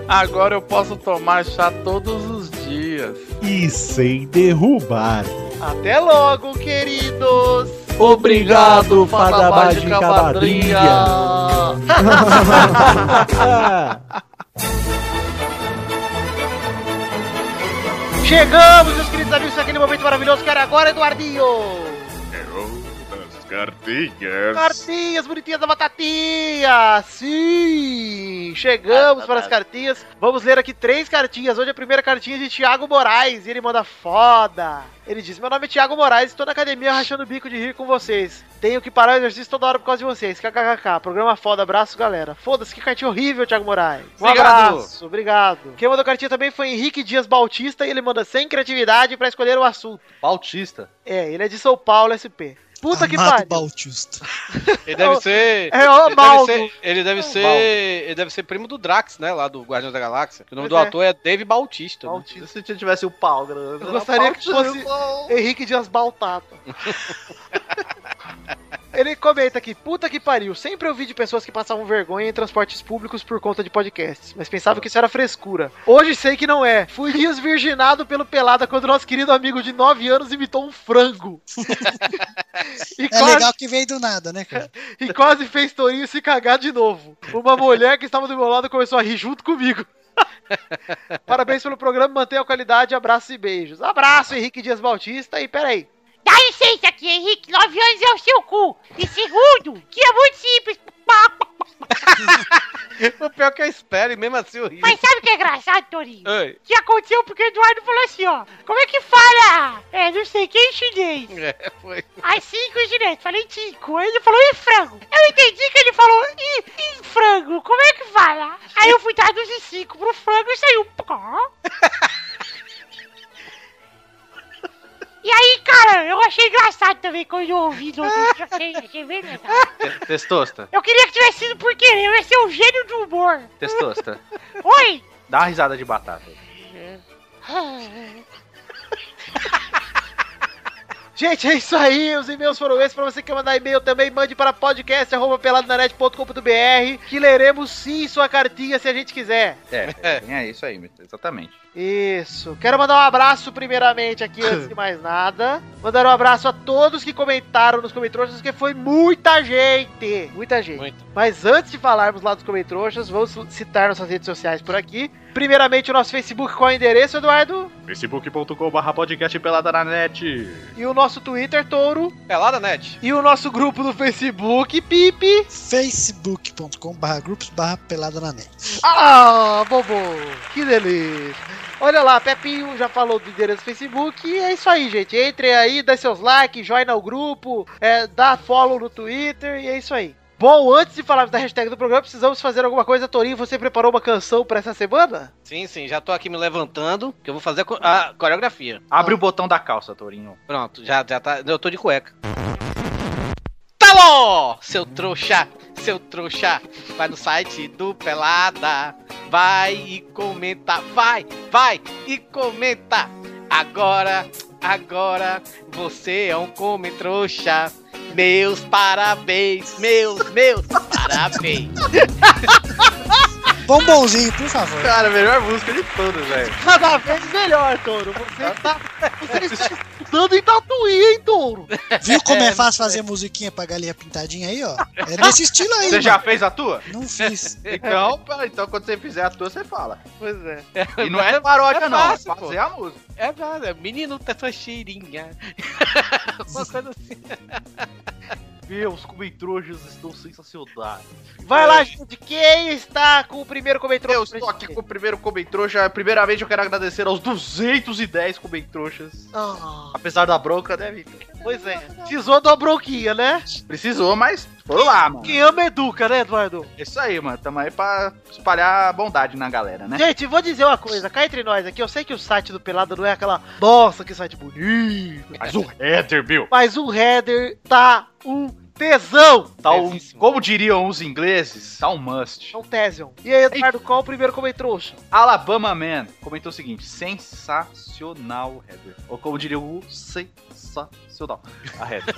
[SPEAKER 4] Agora eu posso tomar chá todos os dias.
[SPEAKER 10] E sem derrubar.
[SPEAKER 3] Até logo, queridos.
[SPEAKER 10] Obrigado,
[SPEAKER 4] Fada Mágica Madrinha.
[SPEAKER 10] madrinha.
[SPEAKER 3] Chegamos, meus queridos amigos, aquele momento maravilhoso que era agora, Eduardinho!
[SPEAKER 12] É hora das cartinhas.
[SPEAKER 3] Cartinhas bonitinhas da batatinha! Sim!
[SPEAKER 6] Ah,
[SPEAKER 3] Chegamos para as cartinhas. Vamos ler aqui três cartinhas. Hoje a primeira cartinha é de Thiago Moraes. E ele manda foda. Ele diz: Meu nome é Thiago Moraes, estou na academia rachando o bico de rir com vocês. Tenho que parar o exercício toda hora por causa de vocês. KKKK. Programa foda, abraço, galera. Foda-se, que cartinha horrível, Thiago Moraes. Um
[SPEAKER 6] Obrigado.
[SPEAKER 3] abraço, obrigado. Quem mandou cartinha também foi Henrique Dias Bautista e ele manda sem criatividade para escolher o assunto.
[SPEAKER 2] Bautista.
[SPEAKER 3] É, ele é de São Paulo, SP. Puta que
[SPEAKER 1] Amado
[SPEAKER 3] pariu.
[SPEAKER 1] Bautista.
[SPEAKER 6] Ele deve ser.
[SPEAKER 3] É o
[SPEAKER 6] ele deve
[SPEAKER 3] Maldo.
[SPEAKER 6] ser, ele deve ser. Ele deve ser primo do Drax, né? Lá do Guardiões da Galáxia. Que o nome
[SPEAKER 3] Pois
[SPEAKER 6] do
[SPEAKER 3] é.
[SPEAKER 6] ator é Dave Bautista. né?
[SPEAKER 2] Se tivesse o pau, galera.
[SPEAKER 3] Eu gostaria que fosse Henrique Dias Baltata. Ele comenta aqui, puta que pariu, sempre ouvi de pessoas que passavam vergonha em transportes públicos por conta de podcasts, mas pensava que isso era frescura. Hoje sei que não é. Fui desvirginado pelo Pelada quando nosso querido amigo de 9 anos imitou um frango. e,
[SPEAKER 1] É
[SPEAKER 3] quase,
[SPEAKER 1] legal que veio do nada, né, cara?
[SPEAKER 3] e quase fez Torinho se cagar de novo. Uma mulher que estava do meu lado começou a rir junto comigo. Parabéns pelo programa, mantenha a qualidade, abraços e beijos. Abraço, Henrique Dias Bautista, e peraí.
[SPEAKER 7] Dá licença aqui, Henrique. Nove anos é o seu cu. E segundo, que é muito simples.
[SPEAKER 6] o pior é que eu espero, e mesmo assim eu ri.
[SPEAKER 7] Mas sabe o que é engraçado, Torinho?
[SPEAKER 6] Oi.
[SPEAKER 7] que aconteceu porque o Eduardo falou assim, ó. Como é que fala? É, não sei quem em chinês.
[SPEAKER 6] É, foi.
[SPEAKER 7] Aí cinco em chinês. Falei cinco. Aí ele falou e frango. Eu entendi que ele falou e, e frango. Como é que fala? Aí eu fui traduzir cinco pro frango e saiu um pó. E aí, cara, eu achei engraçado também quando eu ouvi no outro. Achei, achei bem engraçado.
[SPEAKER 2] Testosta.
[SPEAKER 7] né, Eu queria que tivesse sido por querer. Eu ia ser o gênio do humor.
[SPEAKER 2] Testosta.
[SPEAKER 7] Oi!
[SPEAKER 2] Dá uma risada de batata.
[SPEAKER 3] Gente, é isso aí. Os e-mails foram esses. Pra você que quer mandar e-mail também, mande para podcast.peladananet.com.br que leremos sim sua cartinha se a gente quiser.
[SPEAKER 2] É, é, é isso aí, exatamente.
[SPEAKER 3] Isso. Quero mandar um abraço primeiramente aqui, antes de mais nada. Mandar um abraço a todos que comentaram nos Comentroxas, que foi muita gente. Muita gente. Mas antes de falarmos lá dos Comentroxas, vamos citar nossas redes sociais por aqui. Primeiramente o nosso Facebook, qual é o endereço, Eduardo?
[SPEAKER 11] facebook.com.br podcast pelada na net.
[SPEAKER 3] E o nosso Twitter, Touro.
[SPEAKER 6] Pelada é Net.
[SPEAKER 3] E o nosso grupo no Facebook, Pipe.
[SPEAKER 1] facebook.com.br grupos barra pelada na net.
[SPEAKER 3] Ah, bobo! Que delícia! Olha lá, Pepinho já falou do endereço do Facebook. E é isso aí, gente. Entre aí, dá seus likes, joina o grupo, é, dá follow no Twitter e é isso aí. Bom, antes de falarmos da hashtag do programa, precisamos fazer alguma coisa. Torinho, você preparou uma canção pra essa semana?
[SPEAKER 6] Sim, sim, já tô aqui me levantando, que eu vou fazer a co- a coreografia.
[SPEAKER 2] Abre o botão da calça, Torinho.
[SPEAKER 6] Pronto, já, já tá. Eu tô de cueca. Taló! Seu trouxa, seu trouxa, vai no site do Pelada, vai e comenta, vai, vai e comenta. Agora, agora, você é um come trouxa. Meus parabéns, meus, meus parabéns.
[SPEAKER 1] Bombonzinho, por favor.
[SPEAKER 2] Cara, melhor música de todas, velho.
[SPEAKER 3] Cada vez melhor, Touro. Você tá, você está estudando em tatuí, hein, Touro?
[SPEAKER 1] Viu como é fácil fazer musiquinha pra galinha pintadinha aí, ó? É nesse estilo aí.
[SPEAKER 2] Você já
[SPEAKER 1] mano.
[SPEAKER 2] fez a tua?
[SPEAKER 1] Não fiz.
[SPEAKER 2] Então, pera- então quando você fizer a tua, você fala.
[SPEAKER 3] Pois é.
[SPEAKER 2] E não é paródia,
[SPEAKER 6] É
[SPEAKER 2] não.
[SPEAKER 6] fácil,
[SPEAKER 2] é fazer
[SPEAKER 6] pô.
[SPEAKER 2] a música.
[SPEAKER 6] É nada, menino tá sua cheirinha. Uma coisa assim.
[SPEAKER 2] Meus comentrojas estão sensacionais.
[SPEAKER 3] Vai lá, gente. Quem está com o primeiro comentário?
[SPEAKER 2] Eu estou aqui com o primeiro é comentroxa. Primeiramente, eu quero agradecer aos 210 comentroxas.
[SPEAKER 3] Ah,
[SPEAKER 2] Apesar da bronca, né, Vitor?
[SPEAKER 3] pois é. Precisou da bronquinha, né?
[SPEAKER 2] Precisou, mas foram lá, mano.
[SPEAKER 3] Quem ama educa, né, Eduardo?
[SPEAKER 2] É Isso aí, mano. Tamo aí pra espalhar a bondade na galera, né?
[SPEAKER 3] Gente, vou dizer uma coisa, cá entre nós aqui, eu sei que o site do Pelado não é aquela, nossa, que site bonito.
[SPEAKER 2] Mas o header, Bill.
[SPEAKER 3] Mas o header tá um tesão.
[SPEAKER 2] Tá um, como diriam os ingleses, tá um must.
[SPEAKER 3] É um tesion. E aí, Eduardo, qual o primeiro comentário?
[SPEAKER 2] Alabama Man comentou o seguinte: sensacional, Heather. Ou como diria o sensacional, a Heather.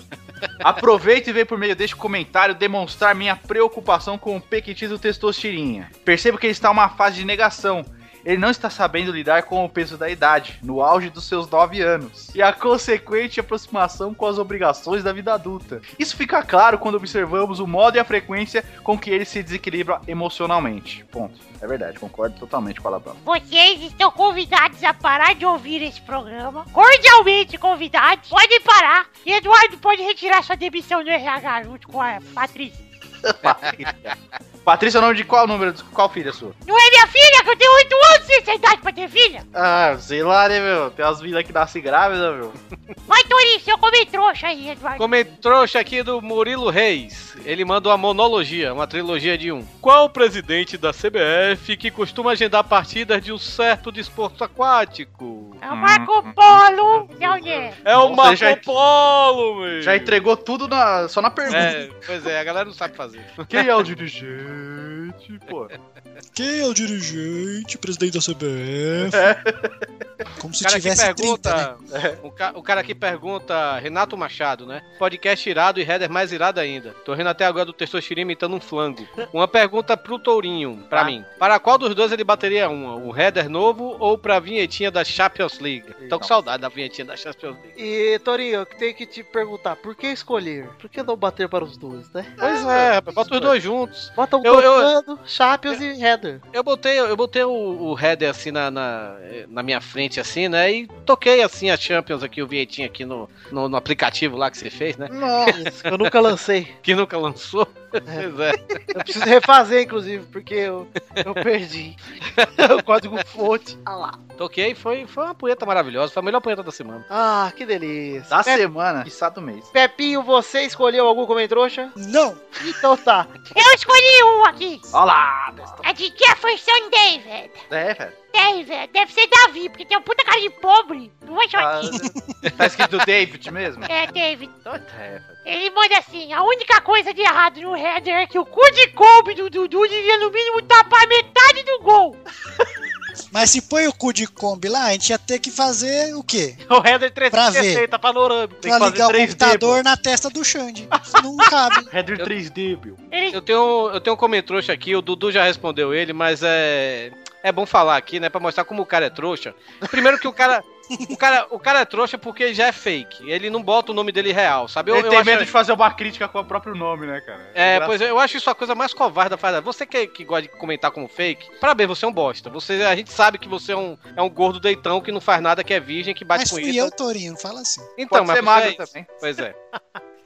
[SPEAKER 2] Aproveito e venho por meio deste comentário demonstrar minha preocupação com o Pequitito Testosterinha. Percebo que ele está em uma fase de negação. ele não está sabendo lidar com o peso da idade, no auge dos seus 9 anos, e a consequente aproximação com as obrigações da vida adulta. Isso fica claro quando observamos o modo e a frequência com que ele se desequilibra emocionalmente. Ponto. É verdade, concordo totalmente com a Labama.
[SPEAKER 7] Vocês estão convidados a parar de ouvir esse programa. Cordialmente convidados. Podem parar. E Eduardo pode retirar sua demissão do RH junto com a Patrícia.
[SPEAKER 2] Patrícia. Patrícia é o nome de qual número? Qual filha sua?
[SPEAKER 7] Não é minha filha, que eu tenho 8 anos e sem idade pra ter filha.
[SPEAKER 2] Ah, sei lá, né, meu? Tem umas vilas que nascem grávidas, meu.
[SPEAKER 7] Vai, Torinho, seu come trouxa aí, Eduardo.
[SPEAKER 6] Comentrouxa aqui do Murilo Reis. Ele mandou a monologia, uma trilogia de um. Qual o presidente da CBF que costuma agendar partidas de um certo desporto aquático?
[SPEAKER 7] É o Marco Polo. Não, né?
[SPEAKER 6] É o
[SPEAKER 2] Você
[SPEAKER 6] Marco
[SPEAKER 2] já-
[SPEAKER 6] Polo, meu.
[SPEAKER 2] Já entregou tudo na- só na pergunta.
[SPEAKER 6] É, pois é, a galera não sabe fazer.
[SPEAKER 2] Quem é o dirigente, pô?
[SPEAKER 1] Quem é o dirigente, presidente da CBF? Como se
[SPEAKER 6] O cara aqui
[SPEAKER 1] tivesse 30,
[SPEAKER 6] pergunta,
[SPEAKER 1] né?
[SPEAKER 6] É, o, ca- o cara aqui pergunta, Renato Machado, né? Podcast irado e header mais irado ainda. Tô rindo até agora do Testosterinha imitando um flango. Uma pergunta pro Tourinho, pra mim. Para qual dos dois ele bateria uma? O header novo ou pra vinhetinha da Champions League? Tô com saudade da vinhetinha da Champions League.
[SPEAKER 3] E, Torinho, eu tenho que te perguntar, por que escolher? Por que não bater para os dois, né?
[SPEAKER 6] Pois é, rapaz, bota os dois juntos.
[SPEAKER 3] Bota um
[SPEAKER 6] Eu- eu-
[SPEAKER 3] tocando, Champions e Header.
[SPEAKER 6] Eu botei, eu botei o, o header assim na, na, na minha frente, assim, né? E toquei assim a Champions aqui, o vinhetinho aqui no, no, no aplicativo lá que você fez, né?
[SPEAKER 3] Nossa, eu nunca lancei.
[SPEAKER 6] Que nunca lançou. Pois é.
[SPEAKER 3] Eu preciso refazer, inclusive, porque eu, eu perdi. o código fonte. Ah lá.
[SPEAKER 6] Toquei, foi, foi uma punheta maravilhosa. Foi a melhor punheta da semana.
[SPEAKER 3] Ah, que delícia.
[SPEAKER 2] Da
[SPEAKER 3] Pe-
[SPEAKER 2] semana, quiçá do mês.
[SPEAKER 3] Pepinho, você escolheu algum comentrouxa?
[SPEAKER 1] né? Não.
[SPEAKER 3] Então tá.
[SPEAKER 7] Eu escolhi um aqui.
[SPEAKER 2] Olha lá, testou.
[SPEAKER 7] É de Jefferson David.
[SPEAKER 2] É, velho.
[SPEAKER 7] David, deve ser Davi, porque tem uma puta cara de pobre. Não é
[SPEAKER 2] Tá,
[SPEAKER 7] Joaquim.
[SPEAKER 2] tá escrito David mesmo?
[SPEAKER 7] É, David.
[SPEAKER 2] É, velho.
[SPEAKER 7] Ele manda assim, a única coisa de errado no header é que o cu de Kobe do Dudu devia no mínimo tapar metade do gol.
[SPEAKER 1] Mas se põe o cu de Kombi lá, a gente ia ter que fazer o quê?
[SPEAKER 3] O header
[SPEAKER 1] Pra ver.
[SPEAKER 3] 360 panorâmico.
[SPEAKER 1] Pra ligar o computador na testa do Xande. Isso não cabe.
[SPEAKER 2] Header 3D, Bill.
[SPEAKER 6] Eu tenho, eu tenho um comentrouxa aqui, o Dudu já respondeu ele, mas é. É bom falar aqui, né? Pra mostrar como o cara é trouxa. Primeiro que o cara. O cara, o cara é trouxa porque ele já é fake. Ele não bota o nome dele real, sabe? Eu,
[SPEAKER 2] Ele
[SPEAKER 6] eu
[SPEAKER 2] tem
[SPEAKER 6] acho-
[SPEAKER 2] medo de fazer uma crítica com o próprio nome, né, cara?
[SPEAKER 6] É,
[SPEAKER 2] Engraçado.
[SPEAKER 6] pois é, eu acho isso a coisa mais covarde da fazenda. Você que, é, que gosta de comentar como fake, parabéns, você é um bosta. Você, a gente sabe que você é um, é um gordo deitão que não faz nada, que é virgem, que bate
[SPEAKER 1] Mas
[SPEAKER 6] com
[SPEAKER 1] fui
[SPEAKER 6] isso.
[SPEAKER 1] eu, Torinho, não fala assim.
[SPEAKER 2] Pode
[SPEAKER 6] Então, mas
[SPEAKER 2] ser
[SPEAKER 6] você
[SPEAKER 2] magro
[SPEAKER 6] é isso.
[SPEAKER 2] também.
[SPEAKER 6] Pois é.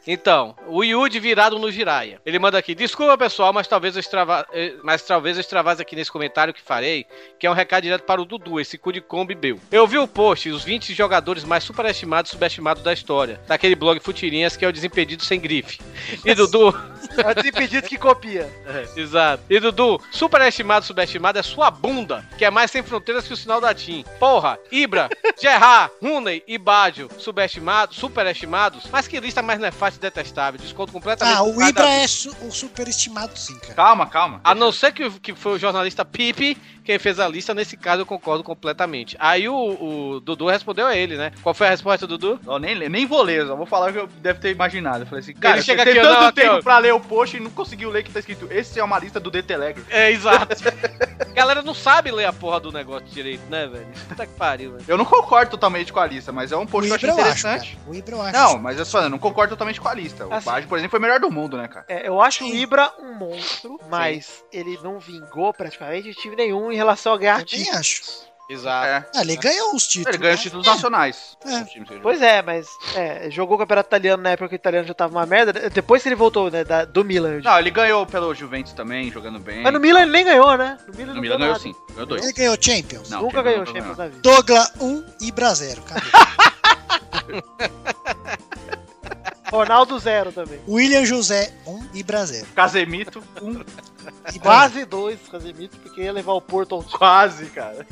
[SPEAKER 6] Então, o Yudi virado no Jiraya. Ele manda aqui: Desculpa, pessoal, mas talvez eu extrava... eh, mas talvez eu extravase aqui nesse comentário que farei, que é um recado direto para o Dudu, esse cu de combi meu. Eu vi o post, os 20 jogadores mais superestimados e subestimados da história, daquele blog Futirinhas que é o Desimpedido Sem Grife. E Dudu.
[SPEAKER 3] É o desimpedido que copia.
[SPEAKER 6] Exato. E Dudu, superestimado, subestimado é sua bunda, que é mais sem fronteiras que o sinal da TIM. Porra, Ibra, Gerard, Rooney e Baggio, subestimados, superestimados, mas que lista mais nefasta e detestável. Desconto completamente.
[SPEAKER 1] Ah, o
[SPEAKER 6] do cara
[SPEAKER 1] Ibra
[SPEAKER 6] da-
[SPEAKER 1] é su- o superestimado, sim, cara.
[SPEAKER 2] Calma, calma.
[SPEAKER 6] A não ser que, que foi o jornalista Pipe quem fez a lista, nesse caso eu concordo completamente. Aí o, o Dudu respondeu a ele, né? Qual foi a resposta, Dudu?
[SPEAKER 2] Eu nem, le- nem vou ler, eu só vou falar o que eu deve ter imaginado. Eu falei assim, cara,
[SPEAKER 6] chega
[SPEAKER 2] chega tem
[SPEAKER 6] aqui,
[SPEAKER 2] tanto
[SPEAKER 6] não, aqui,
[SPEAKER 2] tempo
[SPEAKER 6] ó.
[SPEAKER 2] pra ler o post e não conseguiu ler que tá escrito esse é uma lista do The Telegraph.
[SPEAKER 6] É, exato. Galera não sabe ler a porra do negócio direito, né, velho? Puta que pariu, velho.
[SPEAKER 2] Eu não concordo totalmente com a lista, mas é um
[SPEAKER 1] O
[SPEAKER 2] post que eu achei
[SPEAKER 1] Ibra eu acho,
[SPEAKER 2] interessante.
[SPEAKER 1] cara. O Ibra eu acho.
[SPEAKER 2] Não, é mas eu só eu não concordo totalmente com a lista. O
[SPEAKER 3] Assim.
[SPEAKER 2] Baggio, por exemplo, foi o melhor do mundo, né, cara?
[SPEAKER 3] É, eu acho o Ibra um monstro, mas ele não vingou praticamente de time nenhum em relação a ganhar
[SPEAKER 1] Também
[SPEAKER 3] título.
[SPEAKER 1] acho.
[SPEAKER 6] Exato.
[SPEAKER 2] É.
[SPEAKER 1] Ah, ele ganhou os títulos.
[SPEAKER 2] Ele ganha
[SPEAKER 1] né?
[SPEAKER 2] títulos nacionais.
[SPEAKER 1] É.
[SPEAKER 2] O time que ele
[SPEAKER 3] Pois é, mas é, jogou o campeonato italiano na época que o italiano já tava uma merda. Depois que ele voltou, né, da- do Milan. eu digo.
[SPEAKER 2] Não, ele ganhou pelo Juventus também, jogando bem.
[SPEAKER 3] mas no Milan ele nem ganhou, né? No Milan, ele
[SPEAKER 2] No
[SPEAKER 3] não
[SPEAKER 2] Milan
[SPEAKER 3] ganhou
[SPEAKER 2] ganhou
[SPEAKER 3] nada.
[SPEAKER 2] sim, ganhou dois.
[SPEAKER 1] Ele ganhou Champions.
[SPEAKER 2] Não,
[SPEAKER 3] Nunca
[SPEAKER 2] Champions
[SPEAKER 3] ganhou
[SPEAKER 2] não ganhou.
[SPEAKER 3] Champions na vida.
[SPEAKER 1] Dogla 1, Ibra 0. Cadê?
[SPEAKER 3] Ronaldo zero também.
[SPEAKER 1] William José 1, Ibra
[SPEAKER 3] né?
[SPEAKER 1] 0.
[SPEAKER 2] Casemito, um
[SPEAKER 3] É. Quase dois Casemiro, porque ia levar o Porto ao
[SPEAKER 2] quase, cara.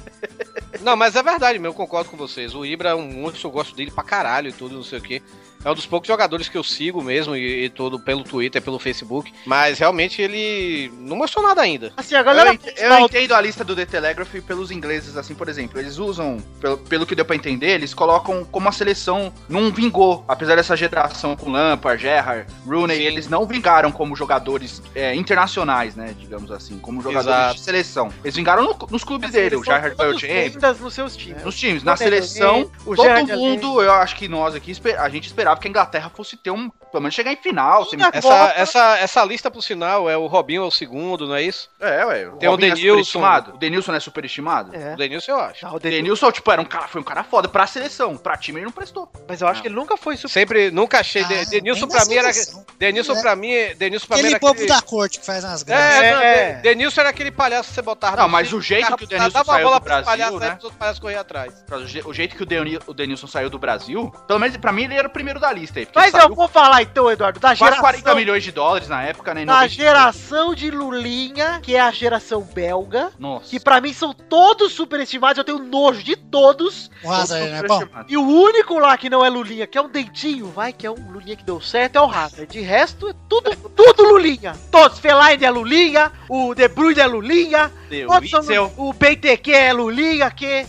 [SPEAKER 6] Não, mas é verdade mesmo, eu concordo com vocês. O Ibra é um monstro, eu gosto dele pra caralho e tudo, não sei o quê. É um dos poucos jogadores que eu sigo mesmo, e, e todo pelo Twitter, pelo Facebook. Mas realmente ele não mostrou nada ainda.
[SPEAKER 3] Assim, a galera.
[SPEAKER 2] Eu, ent- eu entendo a lista do The Telegraph pelos ingleses, assim, por exemplo. Eles usam, pelo, pelo que deu pra entender, eles colocam como a seleção não vingou. Apesar dessa geração com Lampard, Gerrard, Rooney, eles não vingaram como jogadores é, internacionais, né? Digamos assim, como jogadores
[SPEAKER 6] Exato.
[SPEAKER 2] de seleção. Eles vingaram no- nos clubes dele. O Gerrard foi o James.
[SPEAKER 3] Vendas nos seus times.
[SPEAKER 2] Nos times, na
[SPEAKER 3] O Daniel
[SPEAKER 2] seleção,
[SPEAKER 3] James, o Gerrard
[SPEAKER 2] todo
[SPEAKER 3] James.
[SPEAKER 2] mundo, eu acho que nós aqui, esper- a gente esperava que a Inglaterra fosse ter um, pelo menos chegar em final,
[SPEAKER 3] É.
[SPEAKER 6] Essa, essa, essa lista, por sinal, é o Robinho é o segundo, não é isso?
[SPEAKER 2] É, ué.
[SPEAKER 6] Tem o
[SPEAKER 2] Robinho é
[SPEAKER 6] Denilson.
[SPEAKER 2] superestimado? O Denilson não é superestimado?
[SPEAKER 6] O Denilson eu
[SPEAKER 3] ah,
[SPEAKER 6] acho.
[SPEAKER 2] O Denilson, tipo, era um cara, foi um cara foda pra seleção. Pra time ele não prestou.
[SPEAKER 3] Mas eu acho que ele nunca foi super.
[SPEAKER 6] Sempre, nunca
[SPEAKER 1] Ah,
[SPEAKER 6] achei. De- Denilson pra mim era. Denilson pra mim. Denilson pra
[SPEAKER 1] É.
[SPEAKER 6] mim
[SPEAKER 1] Aquele
[SPEAKER 6] era.
[SPEAKER 1] povo
[SPEAKER 6] aquele-
[SPEAKER 1] da né, corte que faz umas graças.
[SPEAKER 6] É, não, De- Denilson era aquele palhaço que você botava
[SPEAKER 2] Não,
[SPEAKER 6] no
[SPEAKER 2] mas
[SPEAKER 6] time,
[SPEAKER 2] o jeito
[SPEAKER 6] cara
[SPEAKER 2] que o Denilson
[SPEAKER 6] dava a
[SPEAKER 2] saiu
[SPEAKER 6] bola
[SPEAKER 2] do
[SPEAKER 6] pros
[SPEAKER 2] Brasil,
[SPEAKER 6] palhaços, aí
[SPEAKER 2] né?
[SPEAKER 6] os outros palhaços corriam atrás.
[SPEAKER 2] Pra- O je- o jeito que o Deni- o Denilson saiu do Brasil, pelo menos pra mim ele era o primeiro da lista aí. porque
[SPEAKER 3] Mas
[SPEAKER 2] saiu
[SPEAKER 3] eu vou falar então, Eduardo, da
[SPEAKER 2] quase
[SPEAKER 3] geração.
[SPEAKER 2] 40 milhões de dólares na época, né? em
[SPEAKER 3] Da
[SPEAKER 2] 90.
[SPEAKER 3] geração de Lulinha, que é a geração belga.
[SPEAKER 2] Nossa.
[SPEAKER 3] Que pra mim são todos superestimados, eu tenho nojo de todos.
[SPEAKER 1] O Hazard, né? Bom,
[SPEAKER 3] E o único lá que não é Lulinha, que é um dentinho, vai, que é um Lulinha que deu certo, é o Hazard. De resto, é tudo, tudo Lulinha. Todos, Fellaini é Lulinha, o De Bruyne é Lulinha,
[SPEAKER 2] Deu,
[SPEAKER 3] todos são
[SPEAKER 2] Witzel.
[SPEAKER 3] Lu- o BTQ é Lulinha, que...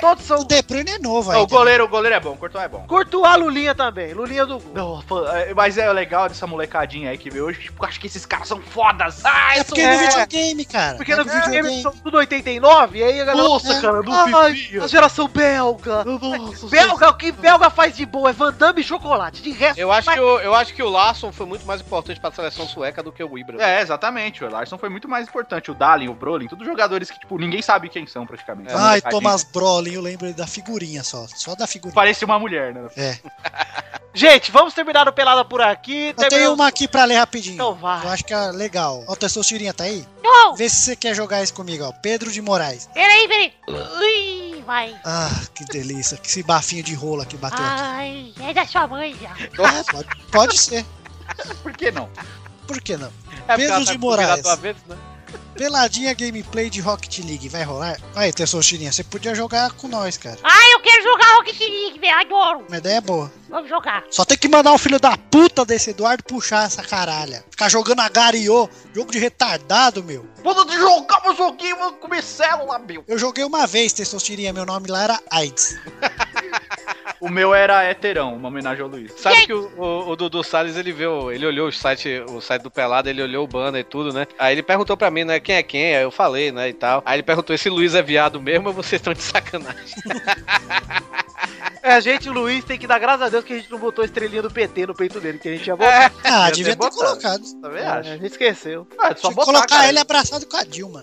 [SPEAKER 3] Todos são...
[SPEAKER 1] o De Bruyne é novo
[SPEAKER 2] Não,
[SPEAKER 1] aí.
[SPEAKER 2] o goleiro, o goleiro é bom, o Courtois é bom.
[SPEAKER 3] Courtois Lulinha também, Lulinha do gol.
[SPEAKER 2] Não, fã- é, mas é legal dessa molecadinha aí que veio hoje, tipo, acho que esses caras são fodas. Ah,
[SPEAKER 1] É
[SPEAKER 2] eu sou
[SPEAKER 1] porque é no
[SPEAKER 3] é.
[SPEAKER 1] videogame, cara.
[SPEAKER 3] Porque
[SPEAKER 1] É
[SPEAKER 3] no videogame então-
[SPEAKER 1] videogame.
[SPEAKER 3] são tudo 89, e aí a galera...
[SPEAKER 2] Nossa, um cara, não
[SPEAKER 3] Ai,
[SPEAKER 2] vivia.
[SPEAKER 3] Ah, a geração belga. belga, o que belga faz de bom é Van Damme e chocolate. De resto,
[SPEAKER 6] Eu acho,
[SPEAKER 3] vai-
[SPEAKER 6] que o, eu acho que o Larson foi muito mais importante pra seleção sueca do que o Ibra.
[SPEAKER 2] É, exatamente. O Larson foi muito mais importante. O Dalin, o Brolin, todos jogadores que, tipo, ninguém sabe quem são praticamente. Essa
[SPEAKER 1] Ai,
[SPEAKER 2] molecadinha.
[SPEAKER 1] Thomas Brolin, eu lembro da figurinha só. Só da figurinha.
[SPEAKER 2] Parece uma mulher, né?
[SPEAKER 1] É.
[SPEAKER 3] Gente, vamos terminar o Pelada por aqui.
[SPEAKER 1] Eu tenho
[SPEAKER 3] Terminamos-
[SPEAKER 1] uma aqui pra ler rapidinho.
[SPEAKER 3] Então vai.
[SPEAKER 1] Eu acho que é legal. Ó, o Tessou Tirinha tá aí?
[SPEAKER 7] Não!
[SPEAKER 1] Vê se você quer jogar isso comigo, ó. Pedro de Moraes.
[SPEAKER 7] Peraí, peraí. Ui, vai.
[SPEAKER 1] Ah, que delícia. Que esse bafinho de rola que bateu aqui.
[SPEAKER 7] Ai, é da sua mãe já.
[SPEAKER 1] É, pode, pode ser.
[SPEAKER 2] Por que não?
[SPEAKER 1] Por que não?
[SPEAKER 6] porque
[SPEAKER 1] Pedro
[SPEAKER 6] ela
[SPEAKER 1] de
[SPEAKER 6] tá convidada
[SPEAKER 1] Moraes.
[SPEAKER 6] duas vezes, né?
[SPEAKER 1] Peladinha gameplay de Rocket League. Vai rolar? Aí, Tessou Tirinha, você podia jogar com nós, cara.
[SPEAKER 7] Ai, eu quero jogar Rocket League, velho. Adoro.
[SPEAKER 1] Uma ideia boa.
[SPEAKER 7] Vamos jogar.
[SPEAKER 1] Só tem que mandar o filho da puta desse Eduardo puxar essa caralha. Ficar jogando agariô. Jogo de retardado, meu.
[SPEAKER 2] Vamos jogar um joguinho, vamos comer célula, meu.
[SPEAKER 1] Eu joguei uma vez, Testosterinha. Meu nome lá era AIDS.
[SPEAKER 2] O meu era héterão, uma homenagem ao Luiz.
[SPEAKER 6] Sabe que o, o- o Dudu Salles, ele viu, ele olhou o site, o site do Pelado, ele olhou o banner e tudo, né? Aí ele perguntou pra mim, né, quem é quem? Aí eu falei, né, e tal. Aí ele perguntou, esse Luiz é viado mesmo ou vocês estão de sacanagem?
[SPEAKER 3] É, a gente, o Luiz, tem que dar graças a Deus que a gente não botou a estrelinha do PT no peito dele, que a gente ia botar.
[SPEAKER 1] Ah,
[SPEAKER 2] Eu
[SPEAKER 1] devia ter
[SPEAKER 2] tenho botado.
[SPEAKER 1] colocado.
[SPEAKER 6] Tá
[SPEAKER 2] Também
[SPEAKER 3] É, a
[SPEAKER 2] acho.
[SPEAKER 3] gente esqueceu.
[SPEAKER 2] Ah, é só
[SPEAKER 1] Tinha que
[SPEAKER 2] botar,
[SPEAKER 1] colocar
[SPEAKER 2] cara.
[SPEAKER 1] ele abraçado com a Dilma.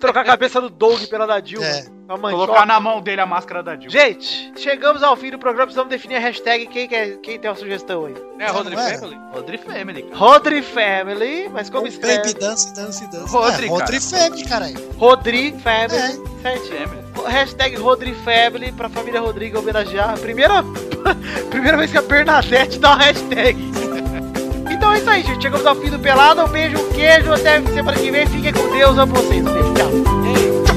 [SPEAKER 3] Trocar a cabeça do Doug pela da Dilma.
[SPEAKER 1] É.
[SPEAKER 3] com a manchota.
[SPEAKER 2] Colocar na mão dele a máscara da Dilma.
[SPEAKER 3] Gente, chegamos ao fim do programa, precisamos definir a hashtag. Quem, quer, quem tem uma sugestão aí?
[SPEAKER 6] Né, Rodrigo
[SPEAKER 1] Não, não é.
[SPEAKER 6] Family?
[SPEAKER 2] Rodri Family, cara.
[SPEAKER 3] Rodri Family, mas como
[SPEAKER 1] Ou
[SPEAKER 3] escreve?
[SPEAKER 1] Baby Dance, Dance, Dance.
[SPEAKER 2] Rodri,
[SPEAKER 1] é, Rodri
[SPEAKER 2] cara.
[SPEAKER 1] Femme, caralho.
[SPEAKER 3] Rodri Family.
[SPEAKER 1] É.
[SPEAKER 3] Certinho.
[SPEAKER 2] Family.
[SPEAKER 3] Hashtag Rodri Family pra família Rodrigo homenagear. Primeira, primeira vez que a Bernadette dá uma hashtag. Então é isso aí, gente. Chegamos ao fim do Pelado. Um beijo, um queijo. Até semana que vem. Fiquem com Deus. Amo vocês. Beijo, tchau.
[SPEAKER 1] Ei,